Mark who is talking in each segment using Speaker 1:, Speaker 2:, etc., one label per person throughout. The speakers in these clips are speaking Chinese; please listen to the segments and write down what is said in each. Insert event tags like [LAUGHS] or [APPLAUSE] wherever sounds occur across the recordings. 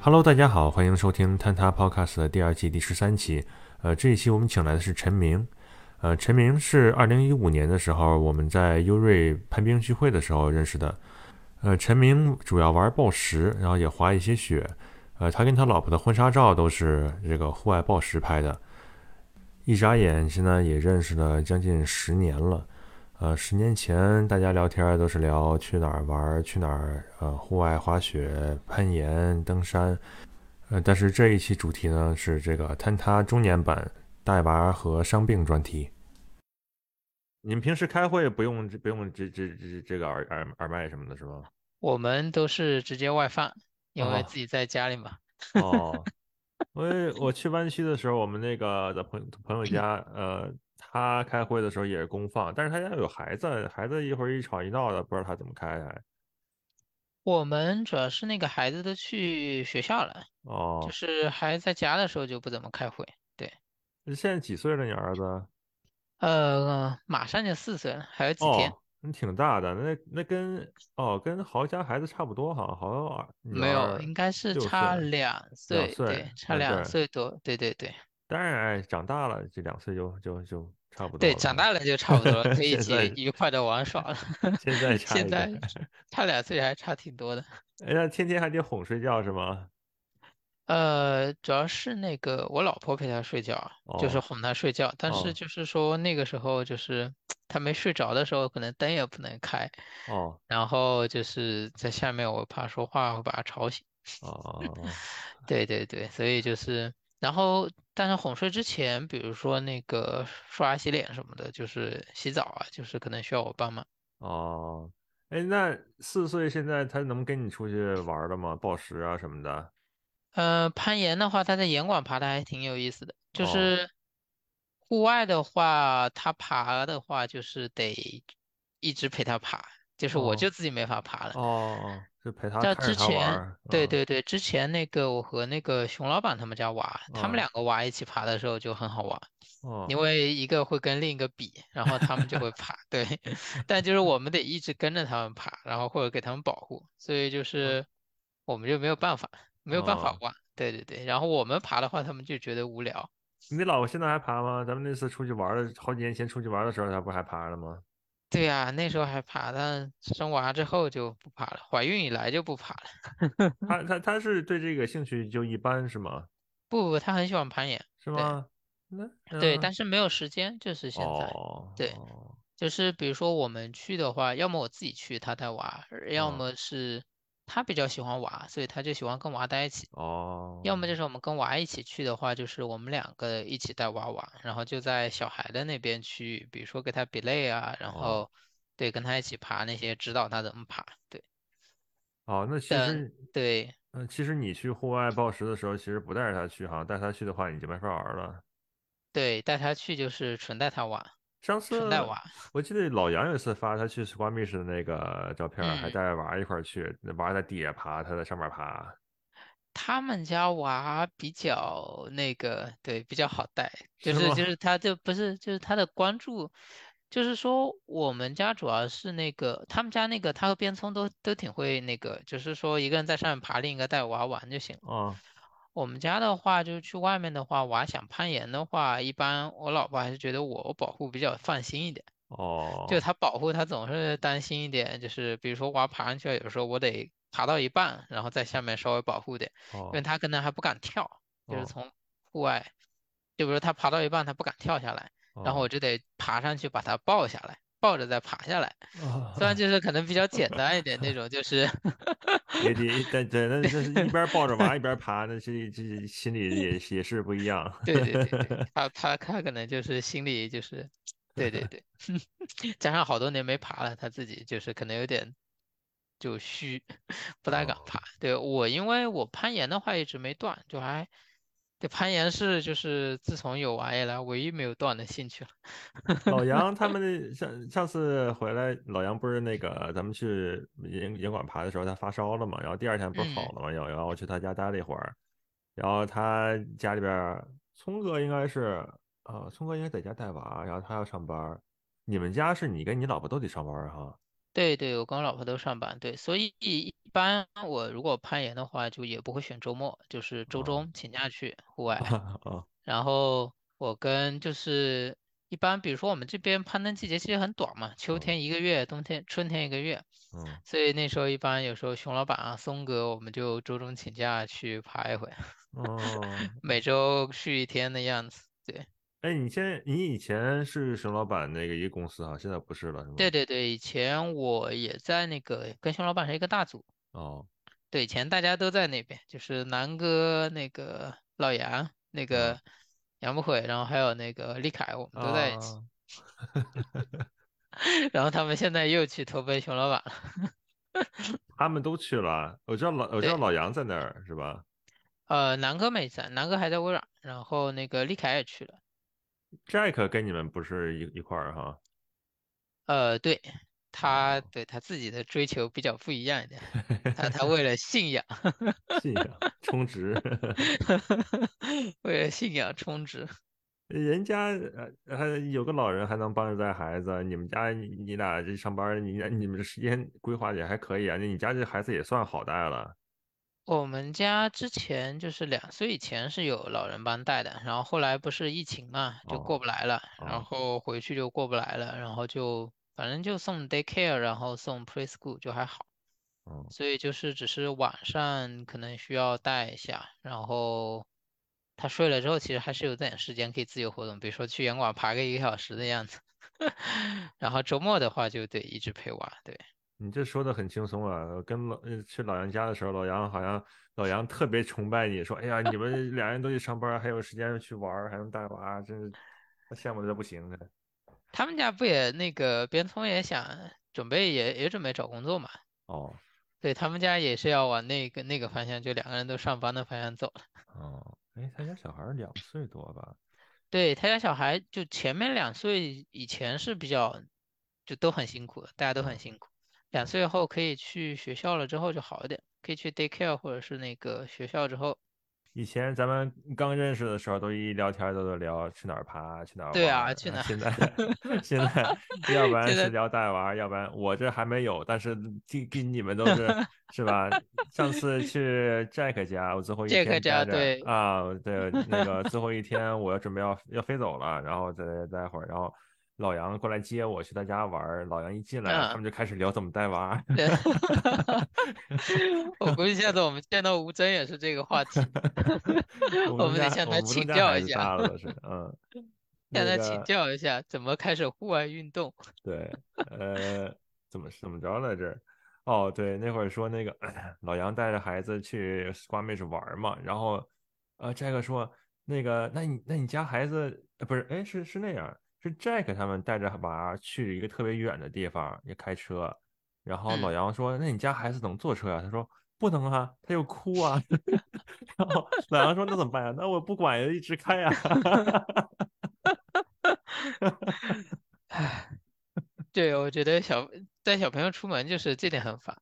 Speaker 1: Hello，大家好，欢迎收听坍塌 Podcast 的第二季第十三期。呃，这一期我们请来的是陈明。呃，陈明是二零一五年的时候我们在优瑞攀冰聚会的时候认识的。呃，陈明主要玩暴石，然后也滑一些雪。呃，他跟他老婆的婚纱照都是这个户外暴石拍的。一眨眼，现在也认识了将近十年了。呃，十年前大家聊天儿都是聊去哪儿玩儿，去哪儿呃户外滑雪、攀岩、登山，呃，但是这一期主题呢是这个坍塌中年版带娃和伤病专题。你们平时开会不用不用这这这这个耳耳耳麦什么的是吗？
Speaker 2: 我们都是直接外放，因为
Speaker 1: 哦
Speaker 2: 自己在家里嘛。
Speaker 1: 哦，我也我去湾区的时候，我们那个在朋朋友家，呃，他开会的时候也是公放，但是他家有孩子，孩子一会儿一吵一闹的，不知道他怎么开还。
Speaker 2: 我们主要是那个孩子都去学校了，
Speaker 1: 哦
Speaker 2: 就，是还在家的时候就不怎么开会。
Speaker 1: 现在几岁了？你儿子？
Speaker 2: 呃，马上就四岁了，还有几天，
Speaker 1: 哦，那挺大的，那那跟哦跟豪家孩子差不多哈，好像啊女
Speaker 2: 没有，
Speaker 1: 儿
Speaker 2: 应该是
Speaker 1: 六岁
Speaker 2: 差
Speaker 1: 了
Speaker 2: 两
Speaker 1: 两
Speaker 2: 岁，
Speaker 1: 岁
Speaker 2: 对，差
Speaker 1: 哎
Speaker 2: 两
Speaker 1: 对
Speaker 2: 岁多，对对对
Speaker 1: 当然哎长大了，这两岁就就就差不多
Speaker 2: 对，
Speaker 1: 了
Speaker 2: 长
Speaker 1: 哈
Speaker 2: 大了就差不多
Speaker 1: [LAUGHS]
Speaker 2: 了，可以一
Speaker 1: 现在
Speaker 2: 起愉快的玩耍了。
Speaker 1: 现在 [LAUGHS] 差
Speaker 2: 现
Speaker 1: 一
Speaker 2: 在
Speaker 1: 点 [LAUGHS]
Speaker 2: 差两岁还差挺多的。
Speaker 1: 哎，那天天还得哄睡觉是吗？
Speaker 2: 呃，主要是那个我老婆陪她睡觉，啊就是
Speaker 1: 哦
Speaker 2: 哄她睡觉，但
Speaker 1: 哦
Speaker 2: 是就是说那个时候就是她没睡着的时候，可能灯也不能开，
Speaker 1: 哦
Speaker 2: 然后就是在下面我怕说话会把她吵醒。
Speaker 1: 哦哦
Speaker 2: 对对对，所以就是，然后但是哄睡之前，比如说那个刷牙洗脸什么的，就是洗澡啊，就是可能需要我帮忙。
Speaker 1: 哦，哎，那四岁现在他能跟你出去玩儿了吗？暴食啊什么的？
Speaker 2: 呃，攀岩的话，它在岩馆爬的还挺有意思的，就
Speaker 1: 哦
Speaker 2: 是户外的话，它爬的话就是得一直陪它爬，就是我
Speaker 1: 哦
Speaker 2: 就自己没法爬了。
Speaker 1: 哦，就陪他
Speaker 2: 在
Speaker 1: 看着
Speaker 2: 之
Speaker 1: 他玩
Speaker 2: 前，
Speaker 1: 儿。
Speaker 2: 对
Speaker 1: 嗯，
Speaker 2: 对对，之前那个我和那个熊老板他们家娃，他
Speaker 1: 嗯
Speaker 2: 们两个娃一起爬的时候就很好玩，
Speaker 1: 哦
Speaker 2: 因为一个会跟另一个比，然后他们就会爬，对，但就是我们得一直跟着他们爬，然后或者给他们保护，所以
Speaker 1: 嗯
Speaker 2: 就是我们就没有办法，没有办法
Speaker 1: 哦
Speaker 2: 玩，对对对，然后我们爬的话，他们就觉得无聊，
Speaker 1: 你老婆现在还爬吗？咱们那次出去玩儿的，好几年前出去玩儿的时候，她不是还爬了吗？
Speaker 2: 对呀，那时候还爬，但生娃之后就不爬了，怀孕以来就不爬了，
Speaker 1: 她
Speaker 2: 嗯
Speaker 1: 她她是对这个兴趣就一般是吗？
Speaker 2: 不不，他很喜欢攀岩，
Speaker 1: 是
Speaker 2: 对
Speaker 1: 吗？那
Speaker 2: 对，
Speaker 1: 嗯
Speaker 2: 但是没有时间，就是现在。
Speaker 1: 哦，
Speaker 2: 对
Speaker 1: 哦
Speaker 2: 就是比如说我们去的话，要么我自己去，他带娃，要
Speaker 1: 嗯
Speaker 2: 么是他比较喜欢娃，所以他就喜欢跟娃待一起；
Speaker 1: 哦，
Speaker 2: 要么就是我们跟娃一起去的话，就是我们两个一起带娃玩，然后就在小孩的那边去，比如说给他比类啊，然
Speaker 1: 哦
Speaker 2: 后对跟他一起爬那些，指导他怎么爬。对
Speaker 1: 哦，那其
Speaker 2: 但
Speaker 1: 实
Speaker 2: 对，
Speaker 1: 嗯，其实你去户外暴食的时候，其实不带着她去哈，带她去的话你就没法玩儿了。
Speaker 2: 对，带他去就是纯带他玩，
Speaker 1: 上
Speaker 2: 纯
Speaker 1: 次
Speaker 2: 带娃。
Speaker 1: 我记得老杨有一次发他去 s q u a m i s h 的那个照片儿，还
Speaker 2: 嗯
Speaker 1: 带着娃儿一块儿去，那娃儿在地下爬，他在上面爬。
Speaker 2: 他们家娃比较那个，对，比较好带，就是是就
Speaker 1: 吗
Speaker 2: 是他就不是就是他的关注，就是说我们家主要是那个他们家那个他和边聪都都挺会那个，就是说一个人在上面爬，另一个带娃玩就行了。
Speaker 1: 啊
Speaker 2: 我们家的话，就是去外面的话，娃想攀岩的话，一般我老婆还是觉得我保护比较放心一点。
Speaker 1: 哦，
Speaker 2: 就他保护，他总是担心一点，就是比如说娃爬上去了，有时候我得爬到一半，然后在下面稍微保护点，因为
Speaker 1: 哦
Speaker 2: 他可能还不敢跳，就是
Speaker 1: 哦
Speaker 2: 从户外，就比如他爬到一半，他不敢跳下来，然后
Speaker 1: 哦
Speaker 2: 我就得爬上去把他抱下来，抱着再爬下来。虽
Speaker 1: [LAUGHS]
Speaker 2: 然
Speaker 1: 啊
Speaker 2: 就是可能比较简单一点那种，就是 [LAUGHS]
Speaker 1: 也得，但对，那这是一边抱着娃一边爬，那这这心里也是也是不一样。
Speaker 2: 对对对对，
Speaker 1: [LAUGHS]
Speaker 2: 他他他可能就是心里就是，对对 [LAUGHS] 对，加上好多年没爬了，他自己就是可能有点就虚，不太敢
Speaker 1: 哦
Speaker 2: 爬。对，我因为我攀岩的话一直没断，就还，对，攀岩是就是自从有娃以来唯一没有断的兴趣了。
Speaker 1: 老杨他们那上上次回来，老杨不是那个咱们去营营馆爬的时候，他发烧了嘛，然后第二天不是好
Speaker 2: 嗯
Speaker 1: 了嘛，要然后我去他家待了一会儿，然后他家里边儿聪哥应该是啊呃，聪哥应该在家带娃，然后他要上班儿。你们家是你跟你老婆都得上班儿哈？ [LAUGHS]
Speaker 2: 对对，我跟我老婆都上班，对，所以一般我如果攀岩的话，就也不会选周末，就是周
Speaker 1: 哦，
Speaker 2: 中请假去
Speaker 1: [LAUGHS]
Speaker 2: 户外。
Speaker 1: 哦，
Speaker 2: 然后我跟就是一般，比如说我们这边攀登季节其实很短嘛，秋
Speaker 1: 嗯
Speaker 2: 天一个月，冬天春天一个月，
Speaker 1: 嗯，
Speaker 2: 所以那时候一般有时候熊老板啊、松哥，我们就周中请假去爬一回，
Speaker 1: 哦，
Speaker 2: 每周去一天的样子。对
Speaker 1: 哎，你现在你以前是熊老板那个一个公司哈，现在不是了是
Speaker 2: 对
Speaker 1: 吗？
Speaker 2: 对对，以前我也在那个跟熊老板是一个大组。
Speaker 1: 哦，
Speaker 2: 对，以前大家都在那边，就是南哥、那个老杨、那
Speaker 1: 嗯
Speaker 2: 个杨不悔，然后还有那个李凯，我们都在一起。
Speaker 1: 啊，
Speaker 2: [LAUGHS] 然后他们现在又去投奔熊老板了。
Speaker 1: 他们都去了，我知道老我知道
Speaker 2: 对，
Speaker 1: 老杨在那儿是吧？
Speaker 2: 呃，南哥没在，南哥还在微软，然后那个李凯也去了。
Speaker 1: Jack 跟你们不是一一块儿哈？
Speaker 2: 呃，对，他
Speaker 1: 哦，
Speaker 2: 对他自己的追求比较不一样一
Speaker 1: [LAUGHS]
Speaker 2: 点，他他为了信仰， [LAUGHS]
Speaker 1: 信仰充值， [LAUGHS]
Speaker 2: 为了信仰充值。
Speaker 1: 人家呃还有个老人还能帮着带孩子，你们家你你俩这上班儿，你你们这时间规划也还可以啊，那你家这孩子也算好带了。
Speaker 2: 我们家之前就是两岁以前是有老人帮带的，然后后来不是疫情嘛，就
Speaker 1: 哦
Speaker 2: 过不来了，然
Speaker 1: 哦
Speaker 2: 后回去就过不来了，然后就反正就送 daycare，然后送 preschool 就还好，
Speaker 1: 哦
Speaker 2: 所以就是只是晚上可能需要带一下，然后他睡了之后，其实还是有点时间可以自由活动，比如说去岩馆爬个一个小时的样子， [LAUGHS] 然后周末的话就得一直陪娃，对。
Speaker 1: 你这说的很轻松啊，跟老呃去老杨家的时候，老杨好像老杨特别崇拜你，说：“哎呀，你 [LAUGHS] 们俩人都去上班，还有时间去玩儿，还能带娃，真是他羡慕的不行的。”
Speaker 2: 他们家不也那个边聪也想准备也也准备找工作嘛，
Speaker 1: 哦
Speaker 2: 对，他们家也是要往那个那个方向，就两个人都上班的方向走了。
Speaker 1: 哦，哎，他家小孩儿两岁多吧？
Speaker 2: 对，他家小孩就前面两岁以前是比较，就都很辛苦的，大家都很
Speaker 1: 嗯
Speaker 2: 辛苦。两岁后可以去学校了之后就好一点，可以去 daycare 或者是那个学校之后。
Speaker 1: 以前咱们刚认识的时候，都一聊天儿都在聊去哪儿爬，去哪儿
Speaker 2: 对
Speaker 1: 玩
Speaker 2: 啊，
Speaker 1: 儿
Speaker 2: 去
Speaker 1: 啊。
Speaker 2: 哪？
Speaker 1: 现在现
Speaker 2: [LAUGHS]
Speaker 1: 在，要不然
Speaker 2: 现
Speaker 1: 是
Speaker 2: 在
Speaker 1: 聊带娃儿，要不然我这还没有，但是跟跟你们都
Speaker 2: [LAUGHS]
Speaker 1: 是是吧？上次去 Jack 家，我最后一
Speaker 2: 这
Speaker 1: 天待
Speaker 2: 个家
Speaker 1: 着
Speaker 2: 对，
Speaker 1: 啊，对，那
Speaker 2: [LAUGHS]
Speaker 1: 个最后一天我要准备要要飞走了，然后再待会儿，然后老杨过来接我去他家玩儿，老杨一进来，他
Speaker 2: 嗯，
Speaker 1: 们就开始聊怎么带
Speaker 2: [LAUGHS]
Speaker 1: 娃儿。 [LAUGHS]
Speaker 2: 对，我估计下次我们见到吴征也是这个话题，
Speaker 1: [LAUGHS] 我
Speaker 2: 我
Speaker 1: 们
Speaker 2: 们得
Speaker 1: 家
Speaker 2: 向
Speaker 1: 我
Speaker 2: 他
Speaker 1: 们
Speaker 2: 请
Speaker 1: 家
Speaker 2: 教
Speaker 1: 孩
Speaker 2: 一
Speaker 1: 子
Speaker 2: 下，
Speaker 1: 大了都
Speaker 2: [LAUGHS]
Speaker 1: 是，嗯，
Speaker 2: 向
Speaker 1: 那
Speaker 2: 他请
Speaker 1: 个
Speaker 2: 教一下怎么开始户外运动。
Speaker 1: 对，呃，怎么怎么着来着？哦，对，那会儿说那个老杨带着孩子去 Squamish 玩儿嘛，然后呃，Jack 说那个，那你那你家孩子呃不是，哎，是是那样儿，是 Jack 他们带着娃儿去一个特别远的地方，也开车，然后老
Speaker 2: 嗯，
Speaker 1: 杨说，那你家孩子能坐车呀、他说不能啊，他又哭啊。 [LAUGHS] 然后老杨说：“那怎么办呀？那我不管呀，一直开呀。”
Speaker 2: 唉，对，我觉得小带小朋友出门就是这点很烦，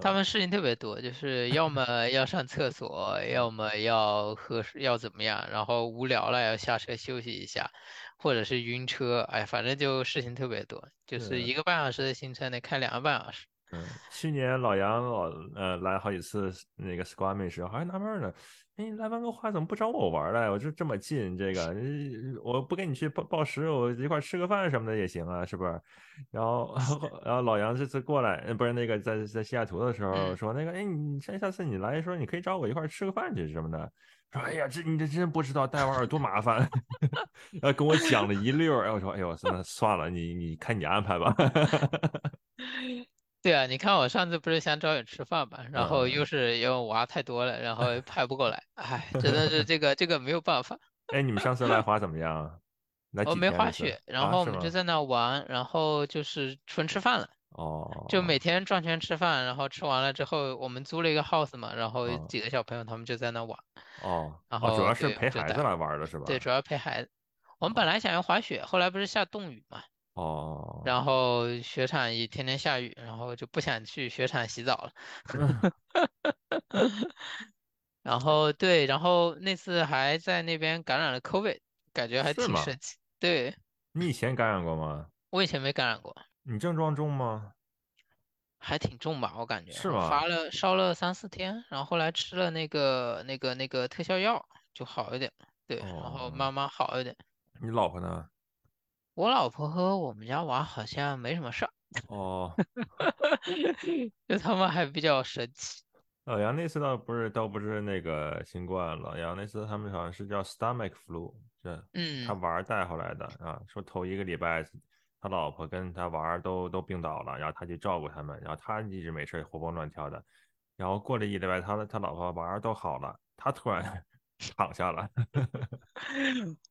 Speaker 2: 他
Speaker 1: 嗯
Speaker 2: 们事情特别多，就是要么
Speaker 1: [LAUGHS]
Speaker 2: 要上厕所，要
Speaker 1: 嗯
Speaker 2: 么要喝水，要怎么样，然后无聊了要下车休息一下，或者是晕车，哎，反正就事情特别多，就是
Speaker 1: 嗯
Speaker 2: 一个半小时的行程得开两个半小时。
Speaker 1: 嗯，去年老杨老呃来好几次那个 Squamish，我还纳闷儿呢，哎，你来温哥华怎么不找我玩儿来？我就这么近，这个呃我不跟你去报报时，我一块儿吃个饭什么的也行啊，是不是？然后 [LAUGHS] 然后老杨这次过来，呃不是那个在在西雅图的时候
Speaker 2: 嗯，
Speaker 1: 说那个，哎，你下下次你来的时候，你可以找我一块儿吃个饭去什么的。说，哎呀，这你这真不知道带娃儿多麻烦， [LAUGHS] 然后跟我讲了一溜儿，哎，我说，哎呦，那算了，你你看你安排吧。
Speaker 2: 对啊，你看我上次不是想找你吃饭嘛，然后又
Speaker 1: 嗯。
Speaker 2: 是因为娃太多了，然后派不过来，哎，真的是这个这个没有
Speaker 1: [LAUGHS]
Speaker 2: 办法。
Speaker 1: 哎，你们上次来华怎么样啊？来几
Speaker 2: 我哦没
Speaker 1: 天
Speaker 2: 滑
Speaker 1: 这次
Speaker 2: 雪，然
Speaker 1: 啊？
Speaker 2: 后我
Speaker 1: 是
Speaker 2: 们就
Speaker 1: 吗？
Speaker 2: 在那玩，然后就是纯吃饭了，就
Speaker 1: 哦，
Speaker 2: 每天转圈吃饭，然后吃完了之后，我们租了一个 house 嘛，然后
Speaker 1: 嗯，
Speaker 2: 几个小朋友他们就在那玩，
Speaker 1: 哦，
Speaker 2: 然
Speaker 1: 哦，主
Speaker 2: 后
Speaker 1: 要是
Speaker 2: 对，我
Speaker 1: 陪
Speaker 2: 们就
Speaker 1: 孩子
Speaker 2: 带，
Speaker 1: 来玩儿的是
Speaker 2: 对，
Speaker 1: 吧？
Speaker 2: 主要陪孩子。我们本
Speaker 1: 哦，
Speaker 2: 来想要滑雪，后来不是下冻雨嘛，
Speaker 1: 哦，
Speaker 2: 然后雪场也天天下雨，然后就不想去雪场洗澡了。
Speaker 1: [LAUGHS] 嗯，
Speaker 2: 然后对，然后那次还在那边感染了 COVID，感觉还
Speaker 1: 是
Speaker 2: 挺
Speaker 1: 吗？
Speaker 2: 神奇。对，
Speaker 1: 你以前感染过吗？
Speaker 2: 我以前没感染过。
Speaker 1: 你症状重吗？
Speaker 2: 还挺重吧，我感觉
Speaker 1: 是
Speaker 2: 我
Speaker 1: 吗
Speaker 2: 发了烧了三四天，然后后来吃了那个那个那个特效药就好一点，对，然后
Speaker 1: 哦
Speaker 2: 慢慢好一点。
Speaker 1: 你老婆呢？
Speaker 2: 我老婆和我们家娃好像没什么事儿， [LAUGHS]
Speaker 1: 哦，
Speaker 2: 就他们还比较神奇。
Speaker 1: 老呃杨那次倒不是，倒不是那个新冠，老杨那次他们好像是叫 stomach flu，这他
Speaker 2: 嗯，
Speaker 1: 玩儿带回来的啊，说头一个礼拜他老婆跟他玩儿都都病倒了，然后他去照顾他们，然后他一直没事儿活蹦乱跳的，然后过了一礼拜，他他老婆玩儿都好了，他突然 [LAUGHS] 躺下
Speaker 2: [LAUGHS]
Speaker 1: 了，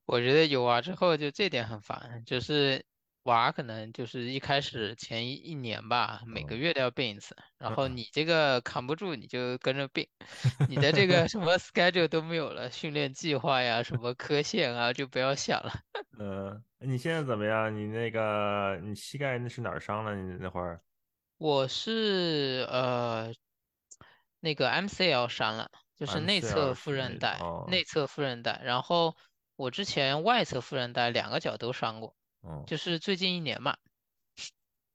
Speaker 2: 我觉得有娃之后就这点很烦，就是娃可能就是一开始前一一年吧，每个
Speaker 1: 嗯
Speaker 2: 月都要病一次，然后
Speaker 1: 嗯
Speaker 2: 你这个扛不住你就跟着病，你的这个什么
Speaker 1: [LAUGHS]
Speaker 2: schedule 都没有了，训练计划呀，什么科线啊，就不要想了。
Speaker 1: 嗯，你现在怎么样？你那个你膝盖那是哪儿伤了？你那会儿
Speaker 2: 我是呃，那个 MCL 删了，就是内侧
Speaker 1: MCL
Speaker 2: 副
Speaker 1: 是
Speaker 2: 韧
Speaker 1: 那
Speaker 2: 带，
Speaker 1: 哦
Speaker 2: 内侧副韧带。然后我之前外侧副韧带两个脚都伤过，
Speaker 1: 哦，
Speaker 2: 就是最近一年嘛，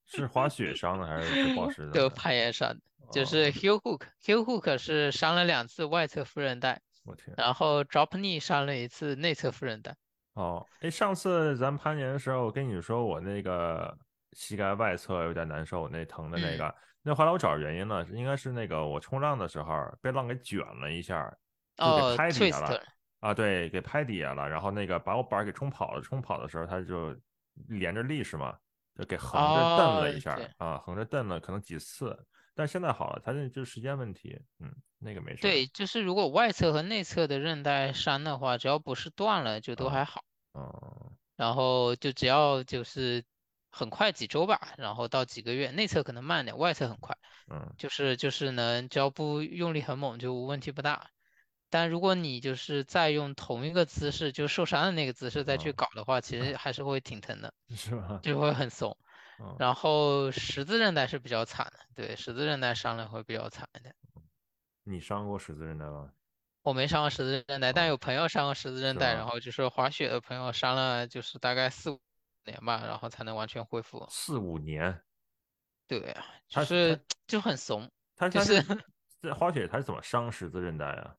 Speaker 1: 是滑雪伤的还是是
Speaker 2: [LAUGHS]
Speaker 1: 暴食
Speaker 2: 都
Speaker 1: 的？
Speaker 2: 攀岩伤的，就
Speaker 1: 哦，
Speaker 2: 是 heel hook，heel hook 是伤了两次外侧副韧带，
Speaker 1: 我天。
Speaker 2: 然后 drop knee 伤了一次内侧副韧带。
Speaker 1: 哦，哎，上次咱们攀岩的时候，我跟你说我那个膝盖外侧有点难受，那疼的那
Speaker 2: 嗯，
Speaker 1: 个，那后来我找原因了，应该是那个我冲浪的时候被浪给卷了一下，就给
Speaker 2: 哦
Speaker 1: 拍底下了
Speaker 2: ，twist，
Speaker 1: 啊，对，给拍底下了，然后那个把我板儿给冲跑了，冲跑的时候它就连着力是吗？就给横着蹬
Speaker 2: 哦，
Speaker 1: 了一下
Speaker 2: 对。
Speaker 1: 啊，横着蹬了可能几次，但现在好了，它那就是时间问题，嗯，那个没事儿，
Speaker 2: 对，就是如果外侧和内侧的韧带伤的话，只要不是断了，就都还
Speaker 1: 嗯
Speaker 2: 好。
Speaker 1: 嗯
Speaker 2: 然后就只要就是很快几周吧，然后到几个月，内侧可能慢点，外侧很快，
Speaker 1: 嗯
Speaker 2: 就是就是能只要不用力很猛就问题不大。但如果你就是再用同一个姿势，就受伤的那个姿势再去
Speaker 1: 嗯，
Speaker 2: 搞的话，其实还是会挺疼的，
Speaker 1: 是吧？
Speaker 2: 就会很怂。
Speaker 1: 嗯。
Speaker 2: 然后十字韧带是比较惨的，对，十字韧带伤了会比较惨一点。
Speaker 1: 你伤过十字韧带吗？
Speaker 2: 我没伤过十字韧带，但
Speaker 1: 啊，
Speaker 2: 有朋友伤过十字韧
Speaker 1: 是
Speaker 2: 带，然
Speaker 1: 吗？
Speaker 2: 后就说滑雪的朋友伤了，就是大概四五年吧，然后才能完全恢复。
Speaker 1: 四五年，
Speaker 2: 对啊，就
Speaker 1: 他是他
Speaker 2: 是就很怂，
Speaker 1: 他
Speaker 2: 就
Speaker 1: 他
Speaker 2: 是
Speaker 1: 是
Speaker 2: [LAUGHS]
Speaker 1: 在滑雪，他是怎么伤十字韧带啊？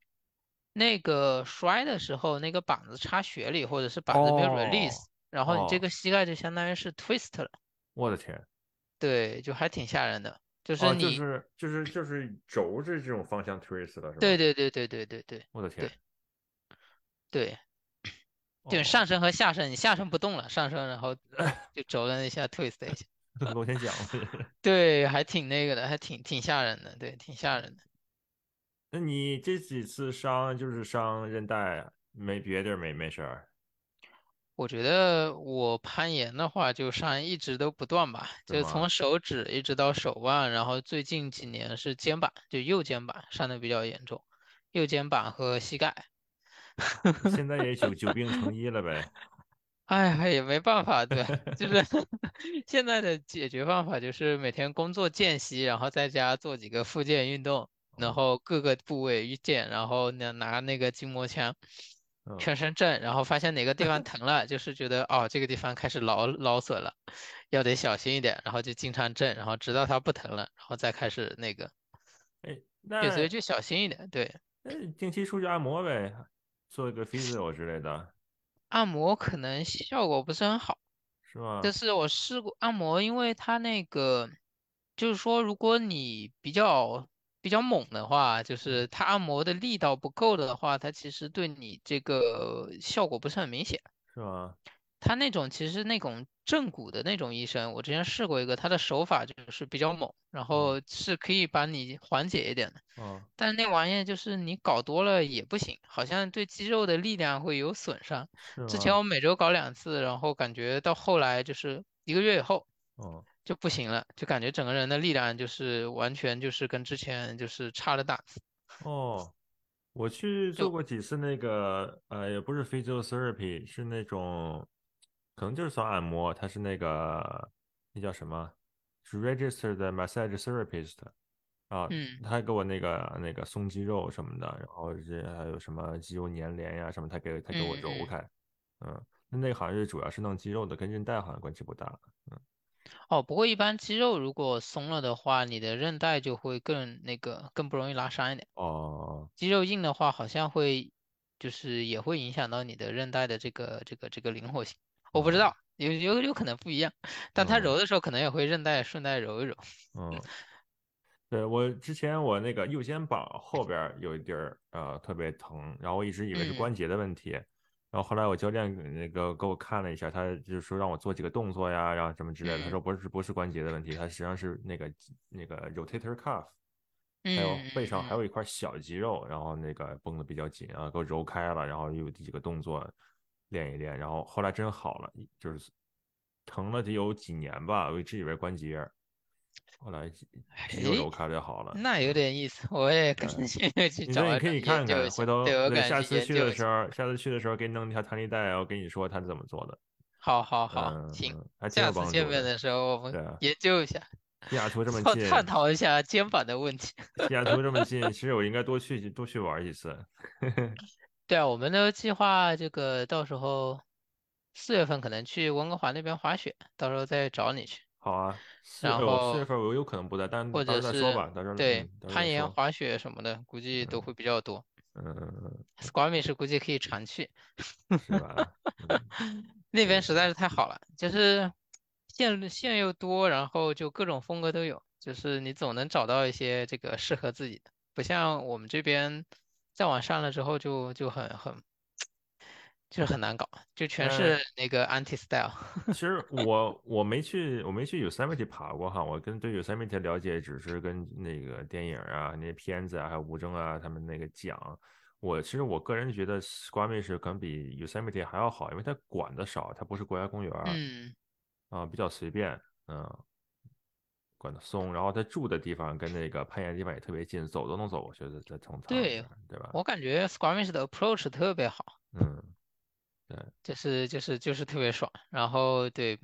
Speaker 2: 那个摔的时候，那个板子插雪里，或者是板子没有 release，
Speaker 1: 哦
Speaker 2: 然后你这
Speaker 1: 哦，
Speaker 2: 个膝盖就相当于是 twist 了，
Speaker 1: 我的天！
Speaker 2: 对，就还挺吓人的。就是
Speaker 1: 哦，就
Speaker 2: 你，
Speaker 1: 是就是就是轴是这种方向 twist 了是
Speaker 2: 对
Speaker 1: 吧？
Speaker 2: 对对对对对对
Speaker 1: 我的天！
Speaker 2: 对对对，上
Speaker 1: 哦，
Speaker 2: 身和下身，你下身不动了，上身然
Speaker 1: [LAUGHS]
Speaker 2: 后就轴了那下 twist 一下，
Speaker 1: 螺旋桨是吧。
Speaker 2: 对，还挺那个的，还挺挺吓人的，对，挺吓人的。
Speaker 1: [LAUGHS] 那你这几次伤就是伤韧带，没别地儿没没事儿，
Speaker 2: 我觉得我攀岩的话，就伤一直都不断吧，
Speaker 1: 是
Speaker 2: 就从
Speaker 1: 吗？
Speaker 2: 手指一直到手腕，然后最近几年是肩膀，就右肩膀伤的比较严重，右肩膀和膝盖。
Speaker 1: 现在也久久病成医了呗。
Speaker 2: 哎，也没办法，对， [LAUGHS] 就是现在的解决办法就是每天工作间隙，然后在家做几个复健运动，然
Speaker 1: 哦，
Speaker 2: 后各个部位一健，然后呢拿那个筋膜枪
Speaker 1: 嗯，
Speaker 2: 全身震，然后发现哪个地方疼了，就是觉得哦这个地方开始劳劳损了，要得小心一点，然后就经常震，然后直到它不疼了，然后再开始那个，
Speaker 1: 哎，
Speaker 2: [LAUGHS] 对，所以
Speaker 1: 那
Speaker 2: 就小心一点，对。
Speaker 1: 那定期出去按摩呗，做一个 physio 之类的，
Speaker 2: 按摩可能效果不是很好，
Speaker 1: 是
Speaker 2: 就
Speaker 1: 吗？
Speaker 2: 是我试过按摩，因为它那个，就是说如果你比较比较猛的话，就是它按摩的力道不够的话，它其实对你这个效果不是很明显。
Speaker 1: 是吗？
Speaker 2: 他那种其实那种正骨的那种医生，我之前试过一个，他的手法就是比较猛，然
Speaker 1: 嗯
Speaker 2: 后是可以把你缓解一点的，
Speaker 1: 嗯，
Speaker 2: 但是那玩意儿就是你搞多了也不行，好像对肌肉的力量会有损伤。
Speaker 1: 是
Speaker 2: 之前
Speaker 1: 吗？
Speaker 2: 我每周搞两次，然后感觉到后来就是一个月以后
Speaker 1: 哦，
Speaker 2: 就不行了，就感觉整个人的力量就是完全就是跟之前就是差了档次。
Speaker 1: 哦，我去做
Speaker 2: 就
Speaker 1: 过几次那个，呃，也不是 physiotherapy，是那种，可能就是算按摩，它是那个，那叫什么？是 registered massage therapist 啊，
Speaker 2: 嗯
Speaker 1: 他给我那个那个松肌肉什么的，然后这还有什么肌肉粘连呀、什么，他给他给我
Speaker 2: 嗯
Speaker 1: 揉
Speaker 2: 嗯，
Speaker 1: 开，嗯，那那个好像是主要是弄肌肉的，跟韧带好像关系不大，嗯，
Speaker 2: 哦，不过一般肌肉如果松了的话，你的韧带就会更那个，更不容易拉伤一点。
Speaker 1: 哦，
Speaker 2: 肌肉硬的话，好像会就是也会影响到你的韧带的这个这个这个灵活性。我不知
Speaker 1: 嗯
Speaker 2: 道，有有有可能不一样，但它
Speaker 1: 嗯
Speaker 2: 揉的时候可能也会韧带顺带揉一揉。 [LAUGHS]
Speaker 1: 嗯，对，我之前我那个右肩膀后边儿有一地儿呃特别疼，然后我一直以为是
Speaker 2: 嗯
Speaker 1: 关节的问题，然后后来我教练那个给我看了一下，他就是说让我做几个动作呀，然后什么之类的，他
Speaker 2: 嗯
Speaker 1: 说不是不是关节的问题，它实际上是那个那个 rotator cuff，还有
Speaker 2: 嗯
Speaker 1: 哎背上还
Speaker 2: 嗯
Speaker 1: 有一块小肌肉，然后那个绷得比较紧啊，给我揉开了，然后又有几个动作练一练，然后后来真好了，就是疼了得有几年吧，我一直以为关节，后来肌肌肉
Speaker 2: 嗯，诶，
Speaker 1: 揉开了就好了。
Speaker 2: 那有点意思，我也感
Speaker 1: 对，
Speaker 2: 兴去
Speaker 1: 嗯
Speaker 2: [LAUGHS]
Speaker 1: 你
Speaker 2: 找
Speaker 1: 那你
Speaker 2: 来
Speaker 1: 可以
Speaker 2: 研
Speaker 1: 看
Speaker 2: 究
Speaker 1: 看，
Speaker 2: 一
Speaker 1: 回
Speaker 2: 下。
Speaker 1: 头
Speaker 2: 对，我
Speaker 1: 对
Speaker 2: 感
Speaker 1: 下
Speaker 2: 觉去
Speaker 1: 次
Speaker 2: 研
Speaker 1: 去的
Speaker 2: 究一
Speaker 1: 时
Speaker 2: 下。
Speaker 1: 候，下次去的时候给你弄一条弹力带，啊我跟你说他是怎么做的，
Speaker 2: 好好好，
Speaker 1: 嗯
Speaker 2: 行，
Speaker 1: 嗯，还挺
Speaker 2: 下
Speaker 1: 有
Speaker 2: 次
Speaker 1: 帮
Speaker 2: 见
Speaker 1: 助
Speaker 2: 面
Speaker 1: 的。
Speaker 2: 的时候我们
Speaker 1: 对啊，
Speaker 2: 研究一下，
Speaker 1: 西雅图这么
Speaker 2: 探探
Speaker 1: 近，
Speaker 2: 讨一下肩膀的问题。
Speaker 1: 西雅图这么近，其实我应该多去多去玩几次。
Speaker 2: 对啊，我们都计划这个到时候四月份可能去温哥华那边滑雪，到时候再找你去。
Speaker 1: 好啊，四月
Speaker 2: 然
Speaker 1: 份我四月
Speaker 2: 后
Speaker 1: 份我有可能不在，但
Speaker 2: 或
Speaker 1: 嗯到时
Speaker 2: 者
Speaker 1: 候再说
Speaker 2: 是
Speaker 1: 吧，到时候
Speaker 2: 对
Speaker 1: 嗯，到时候
Speaker 2: 攀
Speaker 1: 再
Speaker 2: 岩、
Speaker 1: 说。
Speaker 2: 滑雪什么的，估计都
Speaker 1: 嗯
Speaker 2: 会比较多。
Speaker 1: 嗯，
Speaker 2: Squamish 估计可以常去，
Speaker 1: 是吧？嗯，
Speaker 2: 那
Speaker 1: 可以
Speaker 2: 边
Speaker 1: 可
Speaker 2: 实
Speaker 1: 以。
Speaker 2: 在是太好了，就是线路线又多，然后就各种风格都有，就是你总能找到一些这个适合自己的，不像我们这边再往上了之后就就很很就是很难搞，就全
Speaker 1: 但
Speaker 2: 是那个 anti style。
Speaker 1: 其实我我没去我没去 Yosemite 爬过哈，我跟对 Yosemite 的了解只是跟那个电影啊、那些片子啊、还有吴征啊他们那个讲。我其实我个人觉得 Squamish 可能比 Yosemite 还要好，因为它管的少，它不是国家公园儿
Speaker 2: 嗯，
Speaker 1: 啊，比较随便，嗯，管得松。然后他住的地方跟那个攀岩的地方也特别近，走都能走过去，在在从他们那
Speaker 2: 对，
Speaker 1: 儿，对吧？
Speaker 2: 我感觉 Squamish 的 approach 特别好，
Speaker 1: 嗯，对，
Speaker 2: 就是就是就是特别爽。然后对，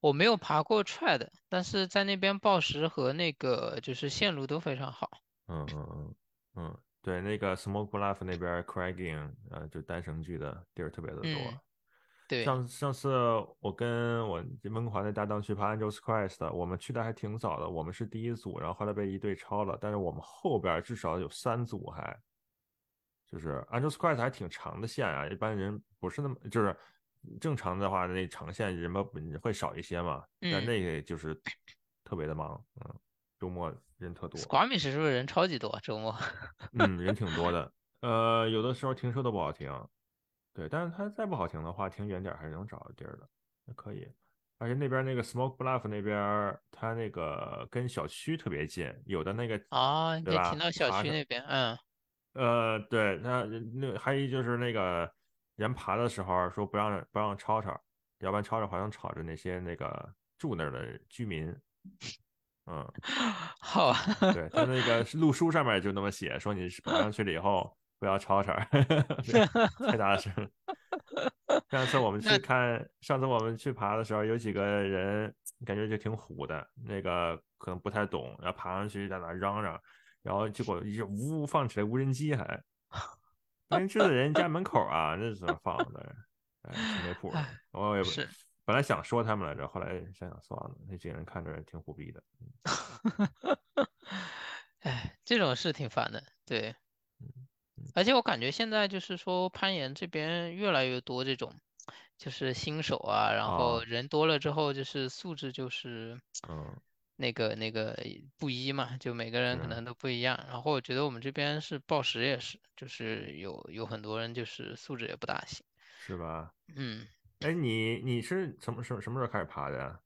Speaker 2: 我没有爬过 Trad，但是在那边报时和那个就是线路都非常好。
Speaker 1: 嗯嗯嗯嗯，对，那个 Smoke Bluff 那边 Cragging，呃，就单绳锯的地儿特别的多。
Speaker 2: 嗯，对，
Speaker 1: 上上次我跟我温哥华那搭档去爬 Angels Crest，我们去的还挺早的，我们是第一组，然后后来被一队超了，但是我们后边儿至少有三组还。就是 Angels Crest 还挺长的线啊，一般人不是那么就是正常的话，那长线人吧会少一些嘛，但
Speaker 2: 嗯
Speaker 1: 那个就是特别的忙，嗯，周末人特多，
Speaker 2: ，Squamish 是不是人超级多？周末？ [LAUGHS]
Speaker 1: 嗯，人挺多的，呃，有的时候停车都不好停，对，但是它再不好停的话，停远点儿还是能找着地儿的，那可以。而且那边那个 Smoke Bluff 那边儿，它那个跟小区特别近，有的那个，
Speaker 2: 啊，你
Speaker 1: 对
Speaker 2: 可以停
Speaker 1: 吧？
Speaker 2: 到小
Speaker 1: 爬
Speaker 2: 区
Speaker 1: 上
Speaker 2: 那边。嗯，
Speaker 1: 呃，对，那那还有一就是那个人爬的时候说不让不让吵吵，要不然吵吵好像吵着那些那个住那儿的居民。嗯，
Speaker 2: 好啊，
Speaker 1: 对，他那个路书上面就那么写，说你是爬上去了以后不要吵 [LAUGHS] 吵，别太大声。上次我们去
Speaker 2: 那
Speaker 1: 看，上次我们去爬的时候，有几个人感觉就挺虎的，那个可能不太懂，然后爬上去在那嚷嚷，然后结果一直呜放起来无人机还。关键就在人家门口啊，那怎么放的？哎，挺没谱的。
Speaker 2: 唉，
Speaker 1: 我也不
Speaker 2: 是。
Speaker 1: 本来想说他们来着，后来想想算了，那几个人看着挺虎逼的。
Speaker 2: 哎，这种是挺烦的，对。
Speaker 1: 嗯嗯
Speaker 2: 而且我感觉现在就是说攀岩这边越来越多这种，就是新手啊，然后
Speaker 1: 啊，
Speaker 2: 人多了之后就是素质就是
Speaker 1: 嗯，
Speaker 2: 那个那个不一嘛，就每个人可
Speaker 1: 是，
Speaker 2: 能都不一样。然后我觉得我们这边是报时也是，就是有有很多人就是素质也不大行。
Speaker 1: 是吧？
Speaker 2: 嗯，
Speaker 1: 哎，你你是什么什么什么时候开始爬的呀？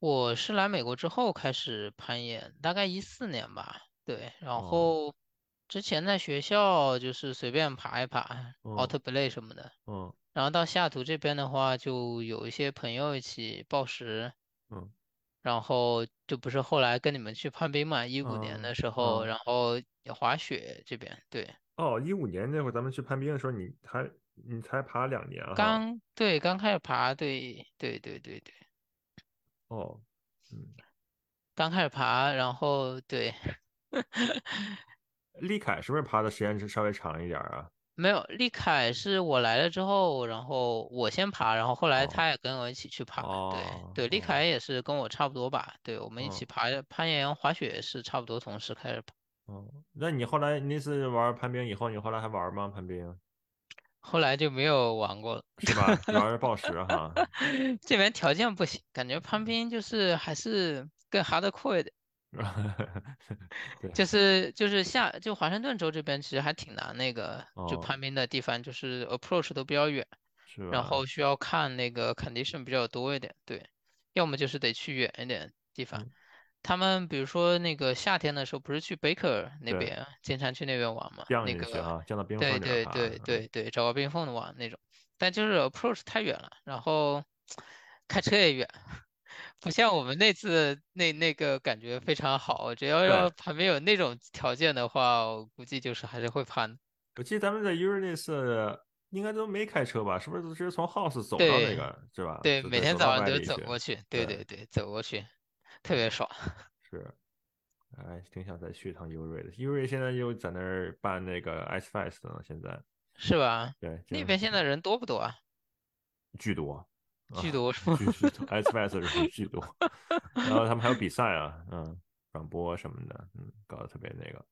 Speaker 2: 我是来美国之后开始攀岩，大概一四年吧。对，然
Speaker 1: 哦，
Speaker 2: 后之前在学校就是随便爬一爬
Speaker 1: 嗯
Speaker 2: ，Outplay 什么的。
Speaker 1: 嗯
Speaker 2: 然后到西雅图这边的话，就有一些朋友一起报时，
Speaker 1: 嗯
Speaker 2: 然后就不是后来跟你们去攀冰嘛，一五年
Speaker 1: 嗯
Speaker 2: 的时候，
Speaker 1: 嗯。
Speaker 2: 然后也滑雪这边，对，
Speaker 1: 哦，一五年那会儿咱们去攀冰的时候，你还你才爬两年啊哈。
Speaker 2: 刚对刚开始爬，对对对对对，
Speaker 1: 哦，嗯，
Speaker 2: 刚开始爬，然后对，
Speaker 1: 力凯是不是爬的时间是稍微长一点儿啊？
Speaker 2: 没有，丽凯是我来了之后，然后我先爬，然后后来
Speaker 1: 哦
Speaker 2: 他也跟我一起去爬。对
Speaker 1: 哦
Speaker 2: 对，丽
Speaker 1: 哦
Speaker 2: 凯也是跟我差不多吧？对，我们一
Speaker 1: 嗯
Speaker 2: 起爬的攀岩、滑雪是差不多同时开始爬。
Speaker 1: 哦，那你后来你那次玩攀冰以后，你后来还玩吗？攀冰
Speaker 2: 后来就没有
Speaker 1: [LAUGHS]
Speaker 2: 玩过了，
Speaker 1: 是吧？主要是暴食哈。 [LAUGHS]
Speaker 2: 这边条件不行，感觉攀冰就是还是更 hardcore 一点。
Speaker 1: 对，
Speaker 2: 就是就是下就华盛顿州这边其实还挺难那个，就
Speaker 1: 哦
Speaker 2: 攀冰的地方就是 approach 都比较远，
Speaker 1: 是
Speaker 2: 然
Speaker 1: 吧？
Speaker 2: 后需要看那个 condition 比较多一点，对，要么就是得去远一点地方
Speaker 1: 嗯。
Speaker 2: 他们比如说那个夏天的时候，不是去 Baker 那
Speaker 1: 对
Speaker 2: 边，经常去那边玩嘛，
Speaker 1: 降
Speaker 2: 那
Speaker 1: 进去
Speaker 2: 个
Speaker 1: 啊，降到冰
Speaker 2: 对
Speaker 1: 峰顶儿嗯
Speaker 2: 对
Speaker 1: 爬。
Speaker 2: 对对对，找个冰缝的玩那种，但就是 approach 太远了，然后开车也远， [LAUGHS] 不像我们那次那那个感觉非常好。只要
Speaker 1: 对
Speaker 2: 要旁边有那种条件的话，我估计就是还是会攀的。
Speaker 1: 我记得咱们在 u r 那次应该都没开车吧？是不是都直接从 house 走到那
Speaker 2: 对
Speaker 1: 个是吧？
Speaker 2: 对，
Speaker 1: 啊就
Speaker 2: 每
Speaker 1: 对
Speaker 2: 天
Speaker 1: 走到
Speaker 2: 早上
Speaker 1: 外
Speaker 2: 都
Speaker 1: 里
Speaker 2: 走
Speaker 1: 去
Speaker 2: 过去，对
Speaker 1: 对
Speaker 2: 对对，走过去，特别爽。
Speaker 1: 是。哎，挺想再去一趟 u 瑞的。u 瑞现在又在那儿办那个 Ice Fest 呢，现在
Speaker 2: 是吧？
Speaker 1: 对，
Speaker 2: 那
Speaker 1: 真
Speaker 2: 边现在人多不多啊？
Speaker 1: 巨多，啊 [LAUGHS]
Speaker 2: 巨多是吗？
Speaker 1: 巨巨多 Ice Fest 人巨多。然后他们还有比赛啊，嗯，转播什么的，嗯，搞得特别那个。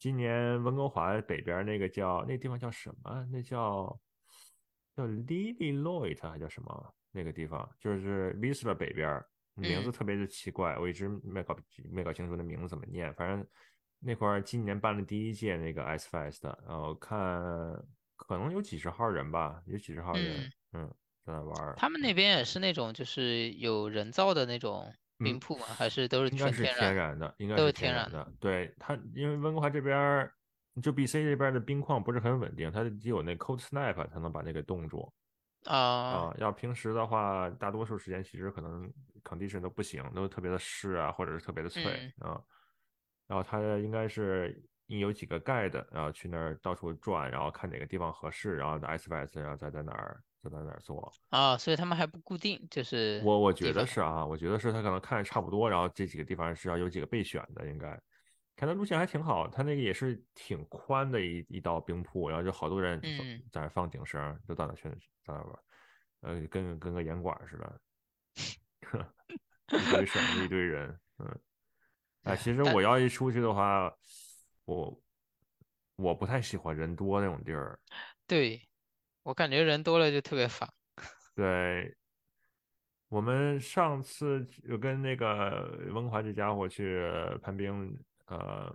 Speaker 1: 今年温哥华北边那个叫那地方叫什么？那叫叫 Lily Lloyd 还叫什么？那个地方就是 Vista 北边儿，名字
Speaker 2: 嗯
Speaker 1: 特别的奇怪，我一直没搞没搞清楚那名字怎么念。反正那块儿今年办了第一届那个 Ice Fest，然后看可能有几十号人吧，有几十号人
Speaker 2: 嗯，，
Speaker 1: 嗯，在那玩儿。
Speaker 2: [LAUGHS] 他们那边也是那种就是有人造的那种冰
Speaker 1: 嗯，
Speaker 2: 铺吗？还是都是
Speaker 1: 应该
Speaker 2: 纯
Speaker 1: 是
Speaker 2: 天
Speaker 1: 天
Speaker 2: 然？
Speaker 1: 然的，应该
Speaker 2: 都
Speaker 1: 是
Speaker 2: 是
Speaker 1: 天
Speaker 2: 天
Speaker 1: 然
Speaker 2: 然的。
Speaker 1: 的。对它，因为温哥华这边儿，就 BC 这边儿的冰况不是很稳定，它得有那 cold snap 才能把那个冻住
Speaker 2: 啊，
Speaker 1: 啊。要平时的话，大多数时间其实可能 condition 都不行，都特别的湿啊，或者是特别的脆
Speaker 2: 嗯，
Speaker 1: 啊。然后它应该是有几个 guide，然后去那儿到处转，然后看哪个地方合适，然后 ice b a s 然后再在哪儿再在哪儿做。
Speaker 2: 啊，所以他们还不固定，就是
Speaker 1: 我我
Speaker 2: 地
Speaker 1: 觉得
Speaker 2: 方。
Speaker 1: 是啊，我觉得是他可能看着差不多，然后这几个地方是要有几个备选的，应该看他路线还挺好，他那个也是挺宽的一一道冰铺，然后就好多人放
Speaker 2: 嗯，
Speaker 1: 在那儿放顶绳，就到哪去到哪玩儿，呃，跟跟个严管似
Speaker 2: [LAUGHS]
Speaker 1: 的，一堆绳子一堆人，嗯，啊，其实
Speaker 2: 但
Speaker 1: 我要一出去的话，我我不太喜欢人多那种地儿，
Speaker 2: 对，我感觉人多了就特别烦。
Speaker 1: 对，我们上次有跟那个温华这家伙去攀冰，呃，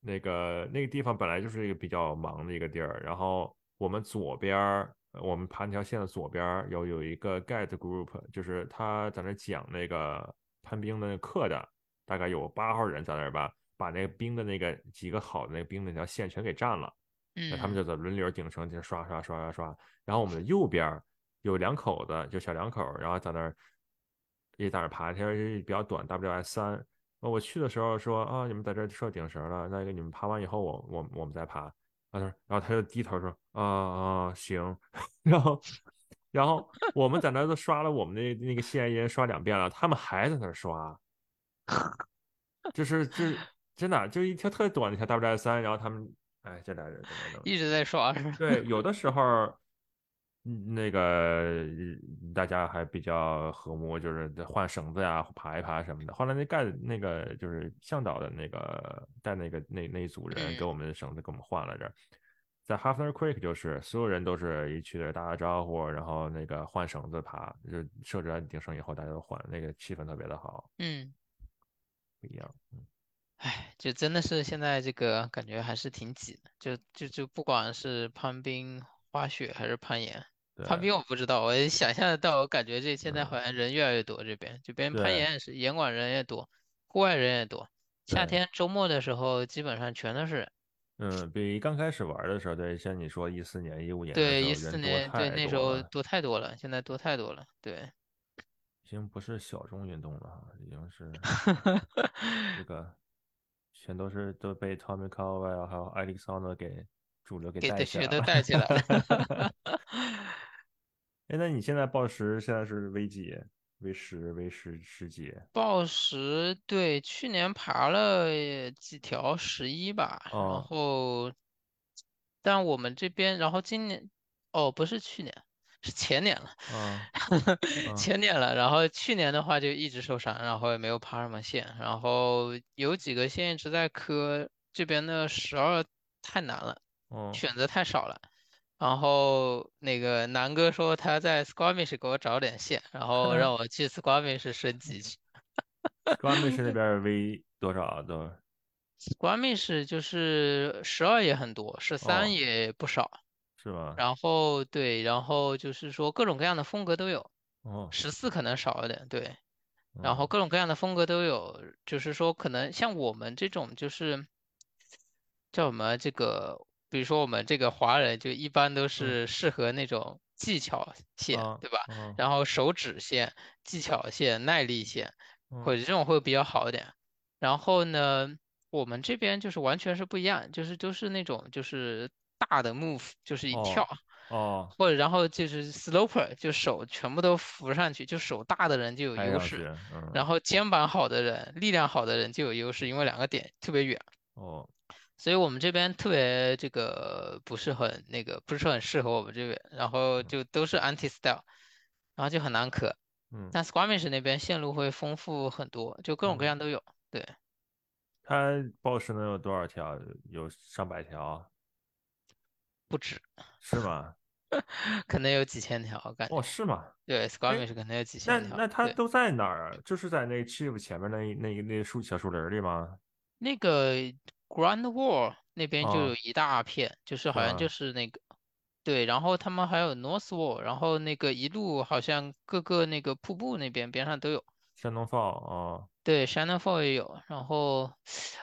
Speaker 1: 那个那个地方本来就是一个比较忙的一个地儿，然后我们左边儿，呃我们爬那条线的左边儿有有一个 guide group，就是他在那讲那个攀冰的课的，大概有八号人在那儿吧，把那个冰的那个几个好的那个冰的那条线全给占了，那他们
Speaker 2: 嗯，
Speaker 1: 就在轮流顶绳，就刷刷刷刷刷，然后我们的右边儿有两口子，就小两口儿，然后在那儿也在那儿爬，这是比较短，WS 三。呃我去的时候说啊，你们在这儿设顶绳了，那个你们爬完以后我，我我们再爬。啊，他说，然后他就低头说啊啊行， [LAUGHS] 然后然后我们在那儿都刷了我们那那个线，一人刷两遍了，他们还在那儿刷。就是就是真的就一条特短的一条 W S 三，然后他们哎这俩人怎么弄？
Speaker 2: 一直在刷是吧？
Speaker 1: 对，有的时候嗯那个大家还比较和睦，就是换绳子呀、爬一爬什么的。后来那盖那个就是向导的那个带那个那那一组人给
Speaker 2: 嗯
Speaker 1: 我们绳子给我们换来着。在 Hafner Creek 就是所有人都是一去那儿打打招呼，然后那个换绳子爬，就设置完顶绳以后大家都换，那个气氛特别的好，
Speaker 2: 嗯，
Speaker 1: 不一样。嗯
Speaker 2: 哎，就真的是现在这个感觉还是挺挤的，就就就不管是攀冰、滑雪还是攀岩，
Speaker 1: 对，
Speaker 2: 攀冰我不知道，我也想象得到，我感觉这现在
Speaker 1: 嗯，
Speaker 2: 好像人越来越多，这边这边攀
Speaker 1: 对
Speaker 2: 岩也是，岩馆人也多，户外人也多，夏
Speaker 1: 对。
Speaker 2: 天周末的时候基本上全都是人。
Speaker 1: 嗯，比刚开始玩儿的时候，对，像你说一四年、一五年的时
Speaker 2: 对，
Speaker 1: 候，
Speaker 2: 一
Speaker 1: 人
Speaker 2: 四
Speaker 1: 多
Speaker 2: 年，对，
Speaker 1: 太
Speaker 2: 那时
Speaker 1: 多
Speaker 2: 候
Speaker 1: 了，
Speaker 2: 多太多了，现在多太多了，对。
Speaker 1: 已经不是小众运动了哈，已经
Speaker 2: [LAUGHS]
Speaker 1: 是这个全都是都被 Tommy Caldwell 还有 Alexander 给主流给
Speaker 2: 给
Speaker 1: 带
Speaker 2: 的
Speaker 1: 起来
Speaker 2: 学都带起来了。 [LAUGHS]
Speaker 1: 了。 [LAUGHS] 哎，那你现在报时现在是 V 几？V 十、V 十十几？
Speaker 2: 暴食，对，去年爬了几条十一吧，然
Speaker 1: 哦，
Speaker 2: 后但我们这边，然后今年，哦，不是去年，是前年了，
Speaker 1: 嗯
Speaker 2: [LAUGHS]
Speaker 1: 嗯
Speaker 2: 前年了。然后去年的话就一直受伤，然后也没有爬什么线，然后有几个线一直在磕。这边的十二太难了，
Speaker 1: 哦
Speaker 2: 选择太少了。然后那个南哥说他在 Squamish 给我找点线，然
Speaker 1: [LAUGHS]
Speaker 2: 后让我去 Squamish 升级去。
Speaker 1: ，Squamish
Speaker 2: [LAUGHS]
Speaker 1: 那边儿 V 多少啊？都
Speaker 2: Squamish 就是十二也很多，十
Speaker 1: 哦
Speaker 2: 三也不少。
Speaker 1: 是吧？
Speaker 2: 然后对，然后就是说各种各样的风格都有，
Speaker 1: 哦，
Speaker 2: 十四可能少一点，对，
Speaker 1: 嗯
Speaker 2: 然后各种各样的风格都有，就是说可能像我们这种就是叫什么这个，比如说我们这个华人就一般
Speaker 1: 嗯
Speaker 2: 都是适合那种技巧线，
Speaker 1: 啊
Speaker 2: 对吧？
Speaker 1: 哦
Speaker 2: 然后手指线、技巧线、耐力线，
Speaker 1: 嗯
Speaker 2: 或者这种会比较好一点。然后呢，我们这边就是完全是不一样，就是都是那种就是大的 move，就是一
Speaker 1: 哦
Speaker 2: 跳。
Speaker 1: 哦，
Speaker 2: 或者然后就是 sloper，就手全部都扶上去，就手大的人就有
Speaker 1: 拍
Speaker 2: 优
Speaker 1: 上去
Speaker 2: 势，，
Speaker 1: 嗯，
Speaker 2: 然后肩膀好的人、力量好的人就有优势，因为两个点特别远，
Speaker 1: 哦，
Speaker 2: 所以我们这边特别这个不是很那个，不是很适合我们这边，然后就都是 anti style，然后就很难磕。
Speaker 1: 嗯，
Speaker 2: 但 Squamish 那边线路会丰富很多，就各种各
Speaker 1: 嗯
Speaker 2: 样都有。对，
Speaker 1: 它 Boss 能有多少条？有上百条
Speaker 2: 不止，
Speaker 1: 是吗？
Speaker 2: 可能有几千条，我感觉。
Speaker 1: 哦，是吗？
Speaker 2: 对，Squamish 可能有几
Speaker 1: 那
Speaker 2: 千条。
Speaker 1: 那它
Speaker 2: 对
Speaker 1: 都在哪儿啊？就是在那个 Chief 前面那一那一那树小树林儿里吗？
Speaker 2: 那个 Grand Wall 那边就
Speaker 1: 哦
Speaker 2: 有一大片，就是好像
Speaker 1: 吧
Speaker 2: 就是那个，对，然后他们还有 North Wall，然后那个一路好像各个那个瀑布那边边上都有，
Speaker 1: 山东放哦，
Speaker 2: 对，Shannon Fall 也有，然后